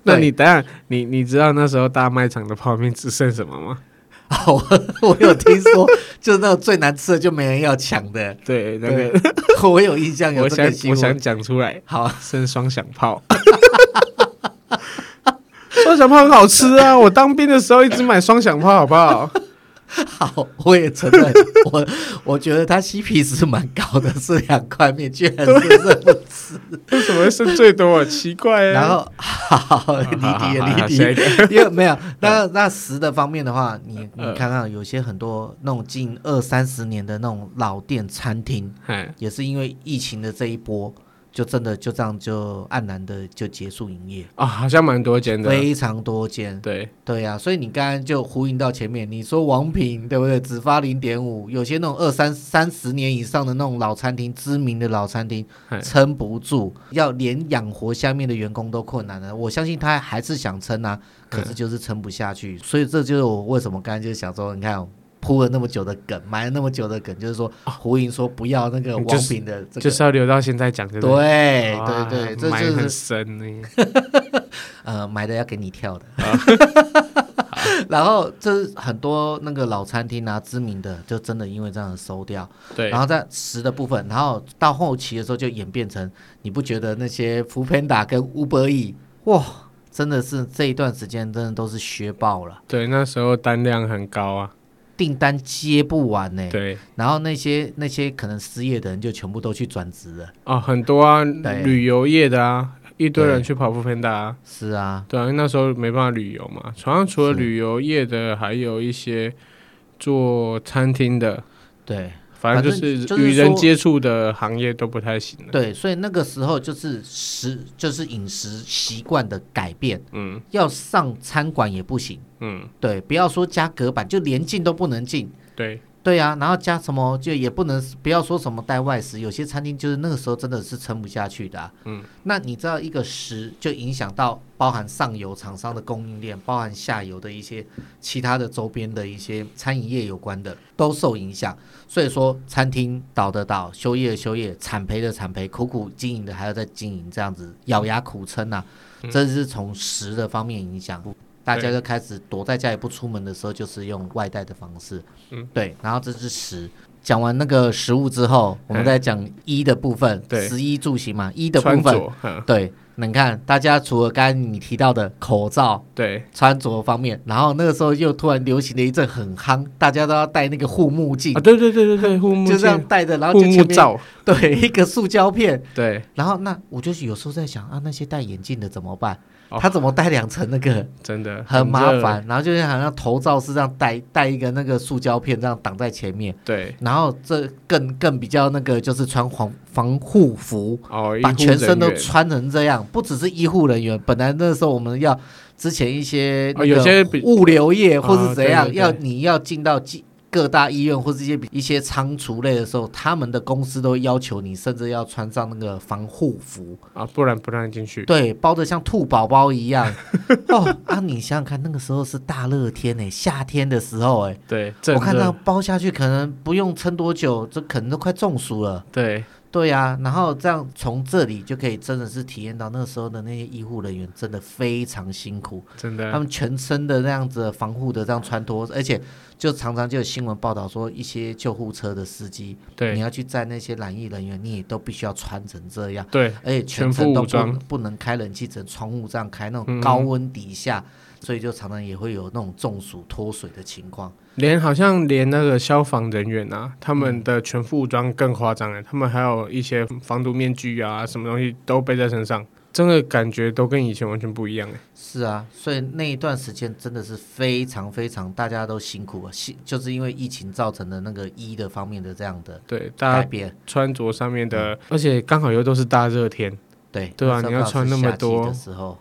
B: 那
A: 对
B: 你等下，你你知道那时候大卖场的泡面只剩什么吗？
A: 好喝，啊我有听说，就是那种最难吃的就没人要抢的。
B: 对，那
A: 对
B: 个，
A: 我有印象有
B: 我
A: 这
B: 想
A: 个新
B: 我
A: 闻
B: 想。讲出来，
A: 好，
B: 生双响 炮。双响炮很好吃啊！我当兵的时候一直买双响炮，好不好？
A: 好，我也承认，我我觉得它 CP 值蛮高的，是两块面居然是这么吃。
B: 为什么会剩最多啊？奇怪啊！哦
A: 然后，好，
B: 好
A: 离
B: 好好
A: 题
B: 好
A: 了
B: 好
A: 离
B: 下一
A: 题。
B: 个
A: 因为没有，那那食的方面的话，你你
B: 呃
A: 看看，有些很多那种近二三十年的那种老店餐厅，
B: 哎
A: 也是因为疫情的这一波，就真的就这样就黯然的就结束营业，
B: 啊，好像蛮多间的。
A: 非常多间。
B: 对，
A: 对呀、所以你刚刚就呼应到前面，你说王品对不对？只发零点五，有些那种二三三十年以上的那种老餐厅，知名的老餐厅
B: 嗨
A: 撑不住，要连养活下面的员工都困难了。我相信他还是想撑啊，可是就是撑不下去。所以这就是我为什么刚才就想说，你看我铺了那么久的梗，埋了那么久的梗，就是说呼应说不要那个
B: 哦就
A: 王
B: 是
A: 品的这个。
B: 就是要留到现在讲，对不对？
A: 对
B: 哇
A: 对哎对，这
B: 埋
A: 就是
B: 很深 呢。
A: 呃，买的要给你跳的。
B: 啊
A: 然后这是很多那个老餐厅啊，知名的就真的因为这样收掉。
B: 对
A: 然，后在食的部分，然后到后期的时候就演变成，你不觉得那些 f o o Panda 跟 Uber E 哇，真的是这一段时间真的都是削爆了，
B: 对，那时候单量很高啊。
A: 订单接不完呢、欸
B: 对，
A: 然后那些那些可能失业的人就全部都去转职了。
B: 哦，很多啊，
A: 对
B: 旅游业的啊，一堆人
A: 对
B: 去跑步喷大啊。
A: 是啊，
B: 对啊，因为那时候没办法旅游嘛。好像除了
A: 是
B: 旅游业的，还有一些做餐厅的，
A: 对
B: 反正就
A: 反正
B: 是
A: 就是
B: 与人
A: 说
B: 接触的行业都不太行了。
A: 对，所以那个时候就是食就是饮食习惯的改变。
B: 嗯
A: 要上餐馆也不行，
B: 嗯，
A: 对，不要说加隔板，就连进都不能进。
B: 对，
A: 对啊，然后加什么就也不能，不要说什么带外食，有些餐厅就是那个时候真的是撑不下去的、啊。
B: 嗯，
A: 那你知道一个食就影响到包含上游厂商的供应链，包含下游的一些其他的周边的一些餐饮业有关的都受影响，所以说餐厅倒的倒，休业的休业，惨赔的惨赔，苦苦经营的还要再经营，这样子咬牙苦撑啊，这是从食的方面影响。大家就开始躲在家里不出门的时候，就是用外带的方式。
B: 嗯
A: 对，然后这是十。讲完那个食物之后，我们再讲一的部分，
B: 对
A: 十一住行嘛，一的
B: 穿
A: 部分，
B: 着，嗯，
A: 对，你看大家除了刚才你提到的口罩、
B: 对，
A: 穿着方面，然后那个时候又突然流行了一阵很夯，大家都要戴那个护目镜
B: 啊，，对对对对对，护 目
A: 就这样
B: 镜、
A: 戴着，然后
B: 护
A: 就前
B: 目
A: 面
B: 罩，
A: 对一个塑胶片，
B: 对，
A: 然后那我就是有时候在想啊，那些戴眼镜的怎么办？
B: 哦
A: 他怎么戴两层那个？
B: 真的
A: 很麻
B: 热，
A: 烦，然后就是好像头罩是这样戴戴一个那个塑胶片这样挡在前面。
B: 对，
A: 然后这更更比较那个就是穿防防护服，
B: 哦，
A: 把
B: 医护
A: 全身
B: 人
A: 都
B: 员
A: 穿成这样，不只是医护人员。本来那时候我们要之前一些
B: 哦
A: 那
B: 有
A: 个
B: 些比
A: 物流业或
B: 啊
A: 是怎
B: 对
A: 样，
B: 对对
A: 要你要进到几各大医院或是一些一些仓储类的时候，他们的公司都要求你甚至要穿上那个防护服，
B: 啊，不然不让进去。
A: 对，包的像兔宝宝一样。 哦啊，你想想看，那个时候是大热天呢、夏天的时候哎、
B: 对，
A: 我看
B: 正
A: 到
B: 热
A: 包下去，可能不用撑多久，这可能都快中暑了。
B: 对
A: 对呀、然后这样从这里就可以真的是体验到那时候的那些医护人员真的非常辛苦，
B: 真
A: 他
B: 的
A: 们全身的那样子的防护的这样穿脱，而且就常常就有新闻报道说，一些救护车的司机，你
B: 对
A: 要去载那些染疫人员，你也都必须要穿成这样。
B: 对
A: 而且
B: 全
A: 全
B: 副
A: 程都
B: 武
A: 不
B: 装
A: 不能开冷气，只能窗户这样开，那
B: 嗯
A: 种高温底下，所以就常常也会有那种中暑脱水的情况。
B: 连好像连那个消防人员啊，他们
A: 嗯
B: 的全副武装更夸张了，欸他们还有一些防毒面具啊，什么东西都背在身上，真的感觉都跟以前完全不一样哎。
A: 是啊，所以那一段时间真的是非常非常大家都辛苦啊，辛就是因为疫情造成的那个医的方面的这样的
B: 对，大
A: 改
B: 家
A: 变，
B: 穿着上面
A: 嗯
B: 的，而且刚好又都是大热天，
A: 对
B: 对
A: 那
B: 啊
A: 时候
B: 你要
A: 刚好是
B: 穿那么
A: 夏季
B: 多
A: 的时候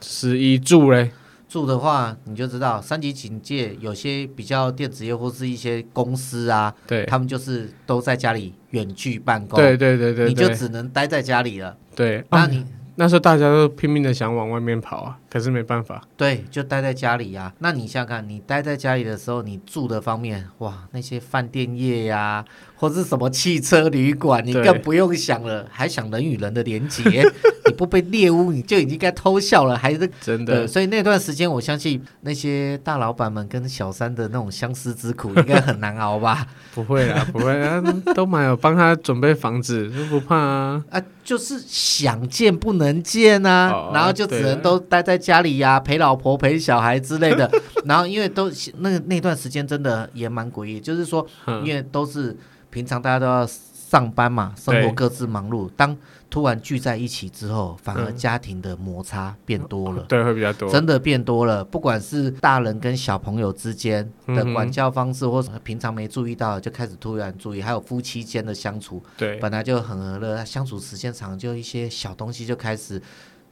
B: 十一住嘞，
A: 住的话，你就知道三级警戒，有些比较电子业或是一些公司啊，
B: 对
A: 他们就是都在家里远距办公，
B: 对对对对
A: 哦你就
B: 对
A: 只能待在家里了。
B: 对。
A: 那
B: 啊，
A: 你
B: 那时候大家都拼命的想往外面跑啊，可是没办法。
A: 对，就待在家里呀、那你想想看，你待在家里的时候，你住的方面，哇，那些饭店业呀、或是什么汽车旅馆，你
B: 对
A: 更不用想了，还想人与人的连 接，你不被猎污你就已经该偷笑了，还是
B: 真
A: 对，
B: 的，
A: 所以那段时间，我相信那些大老板们跟小三的那种相思之苦，应该很难熬吧？
B: 不会 啦，不会啦，都蛮有帮他准备房子，都不怕啊。
A: 啊，就是想见不能见啊，
B: 哦
A: 然后就只
B: 对
A: 能
B: 啊
A: 都待在家里呀、陪老婆、陪小孩之类的。 然后因为都那那段时间真的也蛮诡异，就是说，
B: 哼
A: 因为都是平常大家都要上班嘛，生活
B: 对
A: 各自忙碌，当突然聚在一起之后，反而
B: 嗯
A: 家庭的摩擦变多了。
B: 对，会比较多。
A: 真的变多了，不管是大人跟小朋友之间的
B: 嗯哼
A: 管教方式，或者平常没注意到的就开始突然注意，还有夫妻间的相处，
B: 对，
A: 本来就很和乐，相处时间长，就一些小东西就开始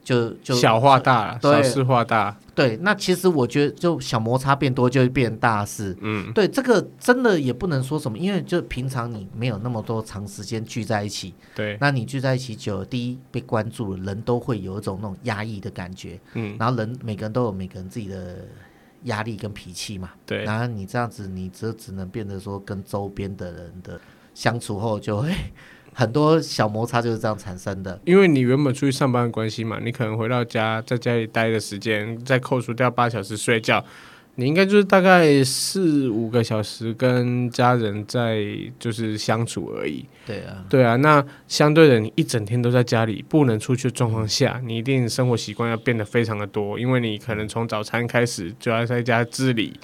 A: 就就
B: 小化大啦，
A: 对
B: 小事化大。
A: 对。那其实我觉得，就小摩擦变多就会变大事。
B: 嗯，
A: 对这个真的也不能说什么，因为就平常你没有那么多长时间聚在一起，
B: 对，
A: 那你聚在一起久了，第一被关注了，人都会有一种那种压抑的感觉，
B: 嗯，
A: 然后人每个人都有每个人自己的压力跟脾气嘛，
B: 对，
A: 然后你这样子，你只只能变得说跟周边的人的相处后，就会很多小摩擦就是这样产生的。
B: 因为你原本出去上班的关系嘛，你可能回到家，在家里待的时间，再扣除掉八小时睡觉，你应该就是大概四五个小时跟家人在就是相处而已。
A: 对啊，
B: 对啊，那相对的，你一整天都在家里，不能出去的状况下，你一定生活习惯要变得非常的多，因为你可能从早餐开始就要在家自理，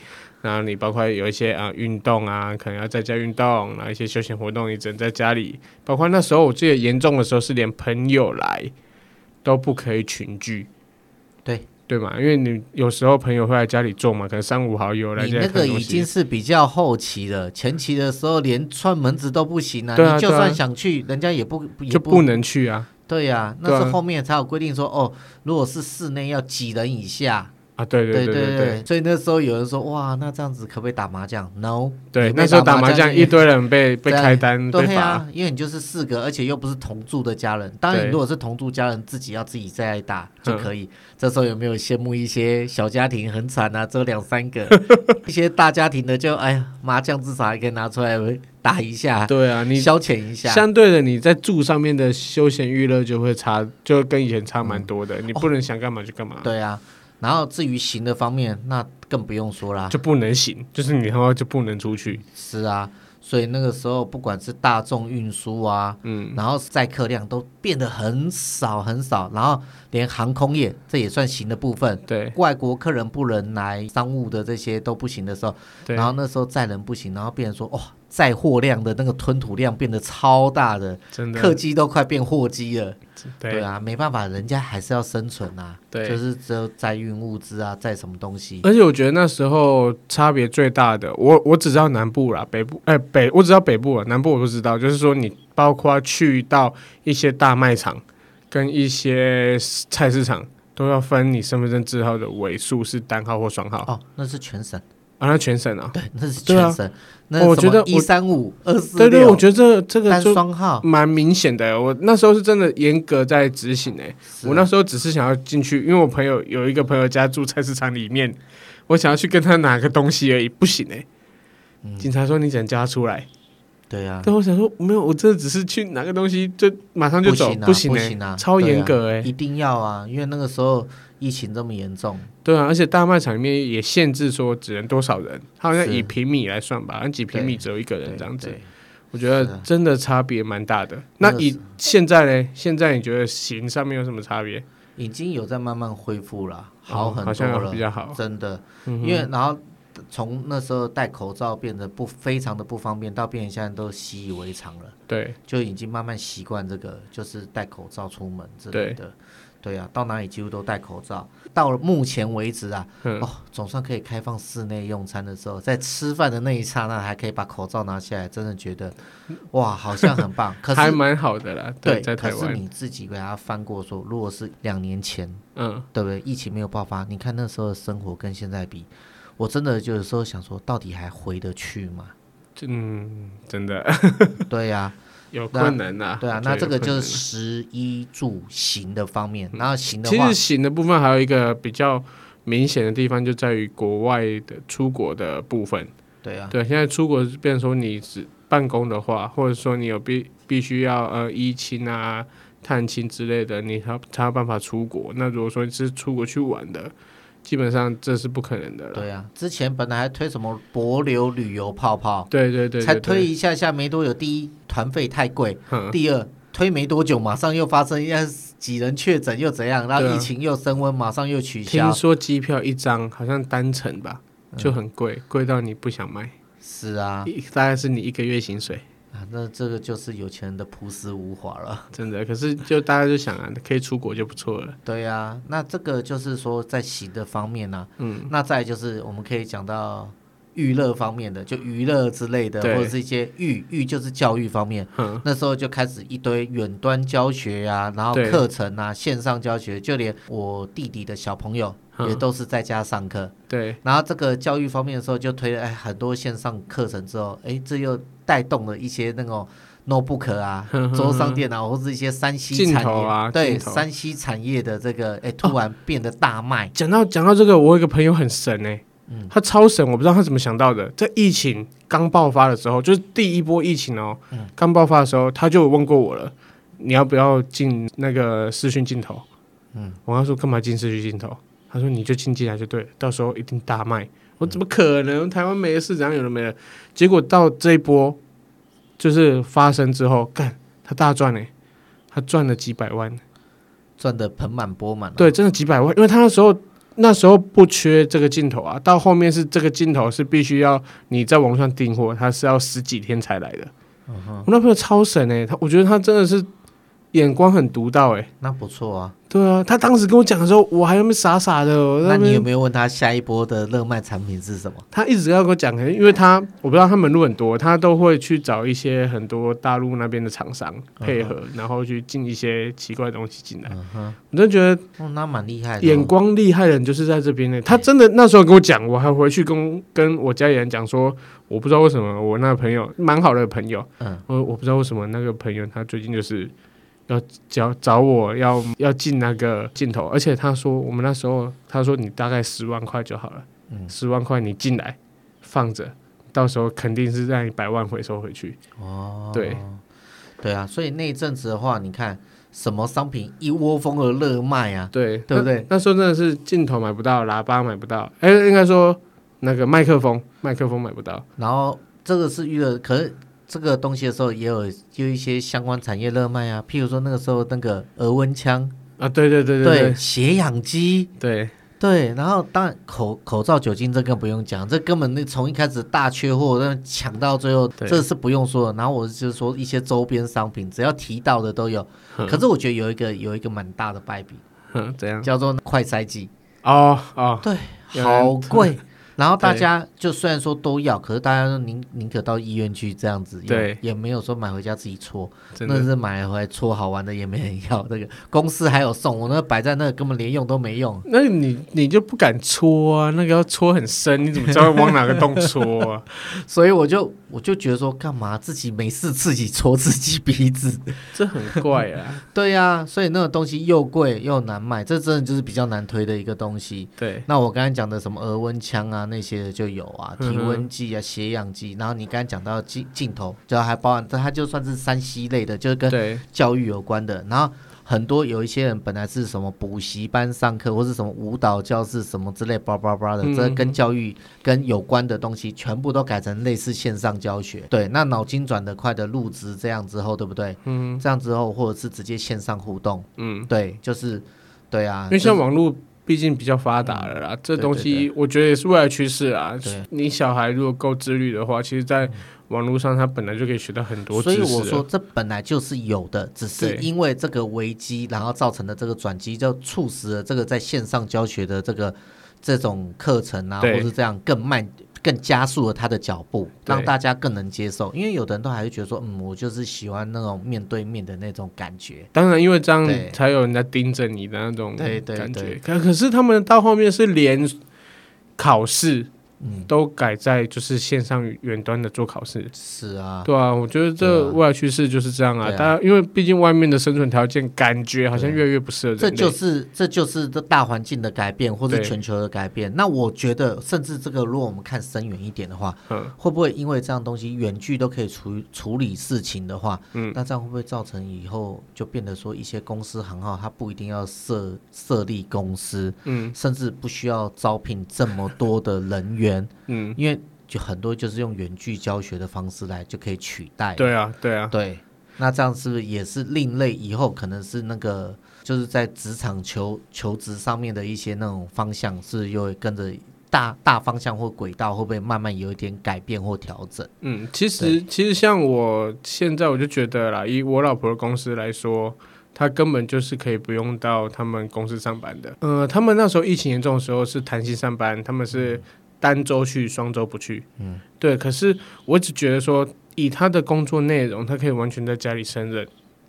B: 然后你包括有一些啊、运动啊，可能要在家运动，然后一些休闲活动，你只能在家里。包括那时候我记得严重的时候是连朋友来都不可以群聚，
A: 对
B: 对嘛？因为你有时候朋友会来家里坐嘛，可能三五好友来
A: 你
B: 家里
A: 那
B: 看东
A: 个
B: 西。
A: 已经是比较后期了，前期的时候连串门子都不行啊，
B: 对啊
A: 你就
B: 对啊
A: 算想去，人家也不也
B: 就不能去啊
A: 对呀、
B: 对
A: 那
B: 啊
A: 是后面才有规定说，哦，如果是室内要几人以下，
B: 啊！对
A: 对对
B: 对对对，
A: 所以那时候有人说，哇，那这样子可不可以打麻将？No，
B: 对，
A: 你被
B: 那时候打麻
A: 将
B: 将一堆 人被被
A: 对啊
B: 开单被
A: 对
B: 罚，
A: 啊，因为你就是四个，而且又不是同住的家人。当然，
B: 对嗯
A: 你如果是同住家人，自己要自己再来打就可以。这时候有没有羡慕一些小家庭很惨啊，只有两三 个；一些大家庭的就哎呀，麻将至少还可以拿出来打一下，
B: 对啊，你
A: 消遣一下。
B: 相对的你在住上面的休闲娱乐就会差，就跟以前差蛮多
A: 嗯
B: 的，你不能想干嘛就干嘛，
A: 对啊，然后至于行的方面，那更不用说啦。
B: 就不能行，就是你他妈就不能出去，
A: 是啊，所以那个时候不管是大众运输啊，
B: 嗯，
A: 然后载客量都变得很少很少，然后连航空业这也算行的部分，
B: 对
A: 外国客人不能来，商务的这些都不行的时候，
B: 对
A: 然，后那时候载人不行，然后变成说，哇、载货量的那个吞吐量变得超大的，
B: 真
A: 客
B: 的，
A: 机都快变货机了。对
B: 对。
A: 啊，没办法，人家还是要生存啊，
B: 对
A: 就是只有载运物资啊，载什么东西。
B: 而且我觉得那时候差别最大的，我我只知道南部啦，北部哎、北我只知道北部了，南部我不知道。就是说你包括去到一些大卖场跟一些菜市场，都要分你身份证字号的尾数是单号或双号。
A: 哦，那是全省，
B: 啊，那全省啊，
A: 对， 那是
B: 对啊
A: 全省。那
B: 我觉得
A: 一
B: 我
A: 三五二四
B: 对对，我
A: 六
B: 觉得这这个
A: 单
B: 就
A: 双号，
B: 蛮明显的。我那时候是真的严格在执行欸诶、
A: 是啊
B: 我那时候只是想要进去，因为我朋友有一个朋友家住菜市场里面，我想要去跟他拿个东西而已，不行诶、欸
A: 嗯
B: 警察说你只能叫他出来，
A: 对啊，
B: 但我想说没有，我真的只是去拿个东西，就马上就
A: 不
B: 走，
A: 行啊，
B: 不行
A: 不
B: 诶、
A: 行啊，
B: 超
A: 对
B: 严
A: 啊
B: 格欸诶、
A: 一定要啊，因为那个时候疫情这么严重，
B: 对啊，而且大卖场里面也限制说只能多少人，他好像
A: 是
B: 以平米来算吧，按几平米只有一个人
A: 对
B: 这样子
A: 对。啊
B: 我觉得真的差别蛮大的。
A: 那
B: 那
A: 个
B: 以现在呢？现在你觉得型上面有什么差别？
A: 已经有在慢慢恢复了，
B: 哦
A: 好很
B: 好
A: 多
B: 像有
A: 了，
B: 比较好
A: 真的。
B: 嗯
A: 因为然后从那时候戴口罩变得不非常的不方便，到变成现在都习以为常了，
B: 对
A: 就已经慢慢习惯这个，就是戴口罩出门之类的。对啊，到哪里几乎都戴口罩。到了目前为止啊，
B: 嗯
A: 哦，总算可以开放室内用餐的时候，在吃饭的那一刹那，还可以把口罩拿下来，真的觉得，哇，好像很 棒。可
B: 还
A: 是
B: 蛮好的啦。
A: 对，
B: 在
A: 可
B: 台
A: 是
B: 湾，
A: 你自己给他翻过说，如果是两年前，
B: 嗯，
A: 对不对？疫情没有爆发，你看那时候的生活跟现在比，我真的就有时候想说，到底还回得去吗？
B: 这嗯，真的
A: 对呀、
B: 有困难呐。
A: 对啊
B: 我，觉
A: 那
B: 得
A: 这个
B: 有困
A: 就
B: 难
A: 是食衣住行的方面，然后行的
B: 其
A: 话
B: 实，型的部分还有一个比较明显的地方，就在于国外的出国的部分。
A: 对啊，
B: 对，现在出国是变成说你只。办公的话，或者说你有必必须要呃疫亲啊、探亲之类的，你才有才有办法出国。那如果说你是出国去玩的，基本上这是不可能的了。
A: 对啊，之前本来还推什么博流旅游泡泡，
B: 对对对对，
A: 才
B: 对
A: 推一下下没多久，第一团费太贵，
B: 哼
A: 第二推没多久马上又发生，要几人确诊又怎样，然后
B: 对啊
A: 疫情又升温，马上又取消
B: 听，说机票一张好像单程吧，就很贵，贵到你不想买，
A: 是啊，
B: 一大概是你一个月薪水，
A: 啊，那这个就是有钱人的朴实无华了。
B: 真的。可是就大家就想啊，可以出国就不错了。
A: 对呀、那这个就是说在行的方面呢、
B: 嗯，
A: 那再来就是我们可以讲到娱乐方面的，就娱乐之类的，
B: 对嗯
A: 或者是一些育育就是教育方面。
B: 哼，
A: 那时候就开始一堆远端教学呀、然后
B: 对
A: 课程啊，线上教学，就连我弟弟的小朋友
B: 嗯
A: 也都是在家上课。
B: 对，
A: 然后这个教育方面的时候，就推了哎很多线上课程之后，哎，这又带动了一些那种 notebook 啊
B: 哼哼、哼
A: 桌上电脑或是一些山西
B: 镜
A: 产
B: 头
A: 业，
B: 啊
A: 对
B: 镜头
A: 山西产业的这个哎突然变得大卖，
B: 讲到讲到这个，我有一个朋友很神哎、他超神，我不知道他怎么想到的。在疫情刚爆发的时候，就是第一波疫情哦，刚爆发的时候，他就有问过我了，你要不要进那个视讯镜头？嗯，我跟他说干嘛进视讯镜头？他说你就进进来就对了，到时候一定大卖。我怎么可能？台湾没的事，怎样有的没的？结果到这一波就是发生之后，干他大赚哎、他赚了几百万。
A: 赚得盆满钵满、啊。
B: 对，真的几百万，因为他那时候那时候不缺这个镜头啊，到后面是这个镜头是必须要你在网上订货，他是要十几天才来的。
A: 嗯
B: 我那朋友超神哎、他我觉得他真的是眼光很独到哎、
A: 那不错啊。
B: 对啊，他当时跟我讲的时候，我还那么傻傻的，我在
A: 那
B: 那
A: 你有
B: 边
A: 没有问他下一波的热卖产品是什么？
B: 他一直要跟我讲，因为他我不知道他门路很多，他都会去找一些很多大陆那边的厂商配合，然后去进一些奇怪的东西进来。
A: 嗯哼，
B: 我真的觉得
A: 哦，那蛮厉害的哦、
B: 眼光厉害的人就是在这边呢。他真的那时候跟我讲，我还回去跟跟我家里人讲说，我不知道为什么我那个朋友蛮好的朋友，
A: 嗯，
B: 我我不知道为什么那个朋友他最近就是要找找我要要进那个镜头，而且他说我们那时候他说你大概十万块就好了，
A: 嗯
B: 十万块你进来放着，到时候肯定是让你百万回收回去。
A: 哦，
B: 对，
A: 对啊，所以那一阵子的话，你看什么商品一窝蜂的热卖啊，
B: 对，
A: 对不对
B: 那？那时候真的是镜头买不到，喇叭买不到，哎、应该说那个麦克风，麦克风买不到。
A: 然后这个是娱乐，可是这个东西的时候，也有就一些相关产业热卖啊，譬如说那个时候那个额温枪，
B: 啊，对对对对
A: 血氧机，
B: 对
A: 对，然后当然口口罩、酒精这更不用讲，这根本那从一开始大缺货，那抢到最后，
B: 对
A: 这是不用说的。然后我就是说一些周边商品，只要提到的都有。
B: 嗯
A: 可是我觉得有一个有一个蛮大的败笔，
B: 哼，怎嗯样？
A: 叫做快筛剂。
B: 哦哦，
A: 对，
B: 有人
A: 好贵。然后大
B: 对
A: 家就虽然说都要，可是大家都宁宁可到医院去这样子，也
B: 对，
A: 也没有说买回家自己搓，
B: 真
A: 那
B: 的，
A: 是买回来搓好玩的，也没人要。那个公司还有送，我那个摆在那根本连用都没 用。
B: 那你你就不敢搓啊？那个要搓很深，你怎么知道往哪个洞搓 啊？
A: 所以我就我就觉得说，干嘛自己没事自己戳自己鼻子？
B: 这很怪啊。
A: 对呀、所以那个东西又贵又难买，这真的就是比较难推的一个东西。
B: 对，
A: 那我刚才讲的什么额温枪啊那些的就有啊，
B: 嗯哼
A: 体温计啊、血氧计，然后你刚才讲到镜镜头，然后还包含它就算是山西类的，就是跟
B: 对
A: 教育有关的，然后。很多有一些人本来是什么补习班上课，或是什么舞蹈教室什么之类，叭叭叭的，
B: 嗯
A: 这
B: 嗯
A: 跟教育跟有关的东西全部都改成类似线上教学。对，那脑筋转得快的入职这样之后，对不对？
B: 嗯
A: 这样之后，或者是直接线上互动，
B: 嗯，
A: 对，就是，对啊，
B: 因为
A: 就是嗯
B: 像网络。毕竟比较发达了啦，这
A: 对
B: 东西我觉得也是未来趋势啊
A: 对。
B: 你小孩如果够自律的话，其实，在网络上他本来就可以学到很多知
A: 所以
B: 识。啊
A: 我说，这本来就是有的，只是
B: 对
A: 因为这个危机，然后造成的这个转机，就促使了这个在线上教学的这个这种课程啊，或
B: 对
A: 是这样更慢、更加速了他的脚步，
B: 对
A: 让大家更能接受。因为有的人都还是觉得说，嗯，我就是喜欢那种面对面的那种感觉。
B: 当然，因为这样
A: 对
B: 才有人在盯着你的那种
A: 对对
B: 感觉
A: 对。
B: 可可是他们到后面是连考试
A: 嗯
B: 都改在就是线上远端的做考试。
A: 是啊，
B: 对啊，我觉得这
A: 对啊
B: 未来趋势就是这样啊。
A: 对啊
B: 大家因为毕竟外面的生存条件，感觉好像越来越不适合人类。
A: 这就是这就是这大环境的改变，或是
B: 对
A: 全球的改变。那我觉得，甚至这个，如果我们看深远一点的话，
B: 嗯
A: 会不会因为这样东西远距都可以处处理事情的话，
B: 嗯
A: 那这样会不会造成以后就变得说一些公司行号它不一定要设设立公司，
B: 嗯
A: 甚至不需要招聘这么多的人员，
B: 嗯，
A: 因为就很多就是用远距教学的方式来就可以取代。
B: 对啊对啊，
A: 对，那这样是不是也是另类？以后可能是那个就是在职场求求职上面的一些那种方向，是又会跟着大大方向或轨道，会不会慢慢有一点改变或调整？
B: 嗯，其实其实像我现在我就觉得啦，以我老婆的公司来说，她根本就是可以不用到他们公司上班的。呃，他们那时候疫情严重的时候是弹性上班，他们是单周去，双周不去。嗯，对。可是我只觉得说，以她的工作内容，她可以完全在家里胜任。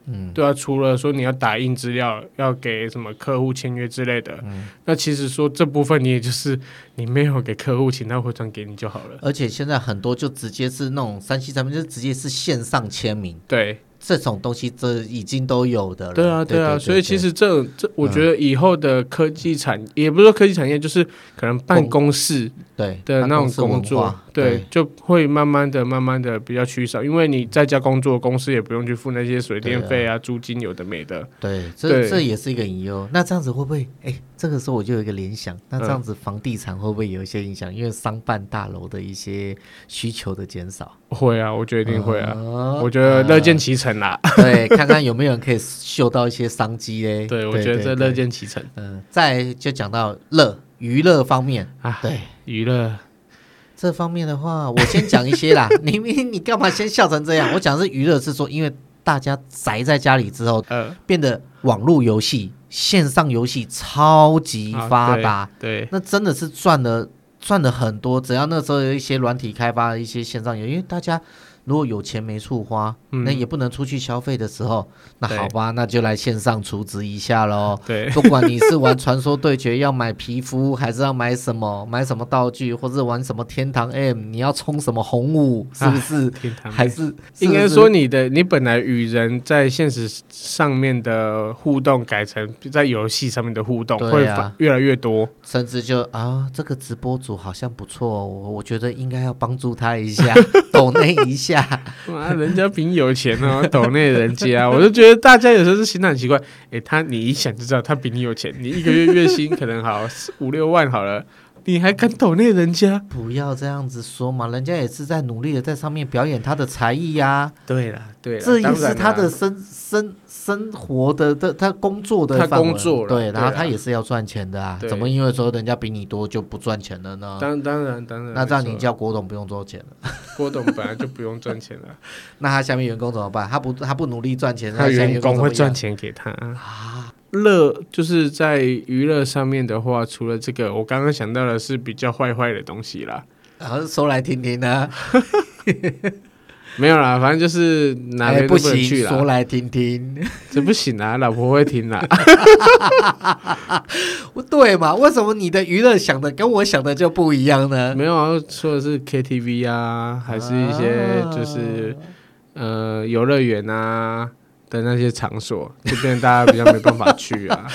A: 嗯，
B: 对啊，除了说你要打印资料，要给什么客户签约之类的，那其实说这部分你也就是你没有给客户，请他回传给你就好 了。
A: 而且现在很多就直接是那种三 C 产品，就是直接是线上签名
B: 对，
A: 这种东西，这已经都有的了。
B: 对啊，
A: 对
B: 对啊，
A: 对
B: 所以其
A: 对嗯
B: 实这这，我觉得以后的科技产，也不是说科技产业，就是可能办公室
A: 对
B: 的
A: 办
B: 那种
A: 公室文
B: 工作
A: 化，
B: 对，就会慢慢的、慢慢的比较趋少，因为你在家工作，公司也不用去付那些水电费啊、租金有的没的。
A: 对，这
B: 对
A: 这也是一个隐忧。那这样子会不会？哎、这个时候我就有一个联想，那这样子房地产会不会有一些影响？因为商办大楼的一些需求的减 少，
B: 会啊，我觉得一定会啊，
A: 哦
B: 我觉得乐见
A: 呃
B: 其成啦。
A: 对，看看有没有人可以嗅到一些商机嘞。
B: 对，我觉得这乐
A: 对
B: 见其成
A: 嗯、再来就讲到乐娱乐方面，
B: 啊。
A: 对
B: 娱乐，
A: 这方面的话，我先讲一些 啦。你你你干嘛先笑成这样？我讲的是娱乐，是说因为大家宅在家里之后，
B: 呃，
A: 变得网络游戏、线上游戏超级
B: 啊
A: 发达。，
B: 对，对
A: 那真的是赚了赚了很多。只要那时候有一些软体开发的一些线上游戏，因为大家如果有钱没处花，
B: 嗯
A: 那也不能出去消费的时候，那
B: 对
A: 好吧，那就来线上储值一下喽。
B: 对，
A: 不管你是玩传说对决要买皮肤，还是要买什么买什么道具，或者玩什么天堂 M，你要冲什么红舞，是不是？
B: 啊天堂
A: 还是
B: 应
A: 是
B: 该
A: 不是
B: 说你的你本来与人在现实上面的互动，改成在游戏上面的互动，
A: 对啊
B: 会反越来越多。
A: 甚至就啊，这个直播主好像不错、哦，我我觉得应该要帮助他一 下，抖那一下。
B: 妈， 人家凭有钱哦， 抖内人家，我就觉得大家有时候是心态很奇怪。诶，他你一想就知道他比你有钱，你一个月月薪可能好五六万好了，你还敢抖内人家？
A: 不要这样子说嘛，人家也是在努力的在上面表演他的才艺呀、
B: 对啦，对啦，啊
A: 这也
B: 当然
A: 是
B: 啦
A: 他的生生生活的的他工作的
B: 他
A: 范围
B: 工作啦
A: 对，然后
B: 对啊
A: 他也是要赚钱的啊，
B: 对
A: 怎么因为说人家比你多就不赚钱了呢？
B: 当当然当然。
A: 那这样
B: 没
A: 你
B: 错
A: 叫郭董不用做钱了，
B: 郭董本来就不用赚钱了，
A: 那他下面员工怎么办？他不他不努力赚钱，
B: 他
A: 那下面
B: 员工
A: 怎
B: 会
A: 么
B: 赚
A: 样
B: 钱给他。
A: 啊？
B: 乐就是在娱乐上面的话，除了这个，我刚刚想到的是比较坏坏的东西啦，
A: 然后说来听啊听呢，
B: 没有啦，反正就是哪
A: 哎
B: 边
A: 不
B: 都能
A: 行，
B: 去
A: 说
B: 啦，
A: 来听听，
B: 这不行啊，老婆会听 啦。
A: 对嘛？为什么你的娱乐想的跟我想的就不一样呢？
B: 没有啊，说的是 KTV 啊，还是一些就是、呃游乐园啊的那些场所，这边大家比较没办法去 啊，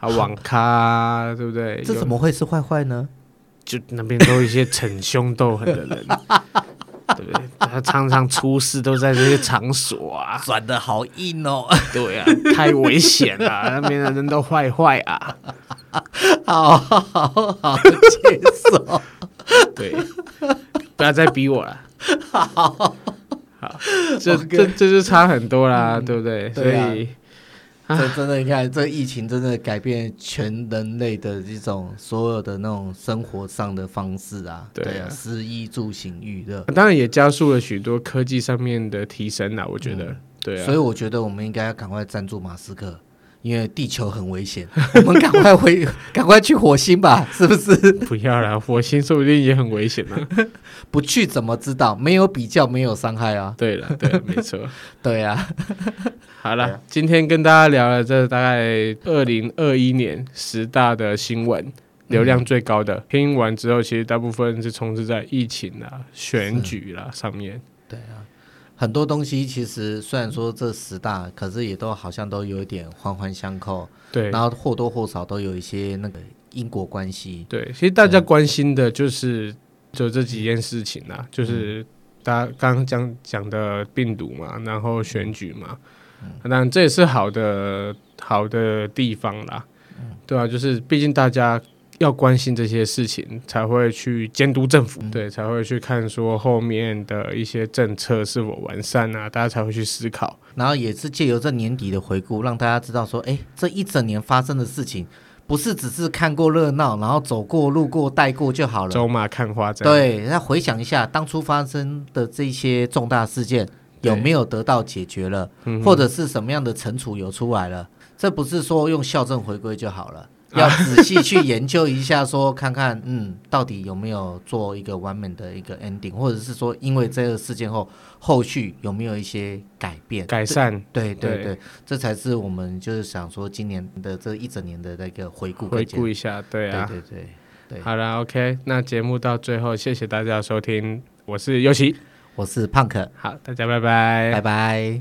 B: 啊网咖啊，对不对？
A: 这
B: 有
A: 怎么会是坏坏呢？
B: 就那边都有一些逞凶斗狠 的人，对不对？他常常出事都在这些场所啊。
A: 转的好硬哦。
B: 对啊，太危险 了，那边的人都坏坏啊。
A: 好好好好接受。
B: 对，不要再逼我了。好，这这这就差很多啦，对不对？所
A: 对啊
B: 以
A: 这真的，你看这疫情真的改变全人类的这种所有的那种生活上的方式啊，
B: 对啊
A: 啊，食衣住行娱乐。
B: 当然也加速了许多科技上面的提升啦，我觉得。
A: 嗯
B: 对
A: 所
B: 啊
A: 以，我觉得我们应该要赶快赞助马斯克，因为地球很危险，我们赶快回，赶快去火星吧，是不是？
B: 不要啦，火星说不定也很危险呢。
A: 不去怎么知道？没有比较，没有伤害啊。
B: 对了，对了，没错。
A: 对啊，
B: 好了，今天跟大家聊了这大概二零二一年十大的新闻。流量最高的。听完之后，其实大部分是充斥在疫情啦、选举啦上面。
A: 很多东西其实虽然说这十大，可是也都好像都有一点环环相扣，
B: 对
A: 然后或多或少都有一些那个因果关系。
B: 对，其实大家关心的
A: 嗯
B: 就是就这几件事情啦，就是大家刚刚讲讲的病毒嘛，然后选举嘛，
A: 嗯
B: 当然这也是好的好的地方啦，
A: 嗯
B: 对啊，就是毕竟大家。要关心这些事情，才会去监督政
A: 嗯
B: 府，对，才会去看说后面的一些政策是否完善啊，大家才会去思考。
A: 然后也是借由这年底的回顾，让大家知道说，哎，这一整年发生的事情，不是只是看过热闹，然后走过路过带过就好了。
B: 走马看花这样。
A: 对，那回想一下当初发生的这些重大事件
B: 对嗯
A: 有没有得到解决了，或者是什么样的惩处有出来了？这不是说用校正回归就好了。要仔细
B: 啊
A: 去研究一下，说看看，嗯，到底有没有做一个完美的一个 ending，或者是说，因为这个事件后，后续有没有一些改变、
B: 改善
A: 对对
B: 对
A: 对，这才是我们就是想说今年的这一整年的那个回顾
B: 回
A: 跟检
B: 顾一下，对啊。
A: 对对对，对
B: 好啦 o k 那节目到最后，谢谢大家的收听，我是尤奇，
A: 我是胖可，
B: 好，大家拜拜
A: 拜拜。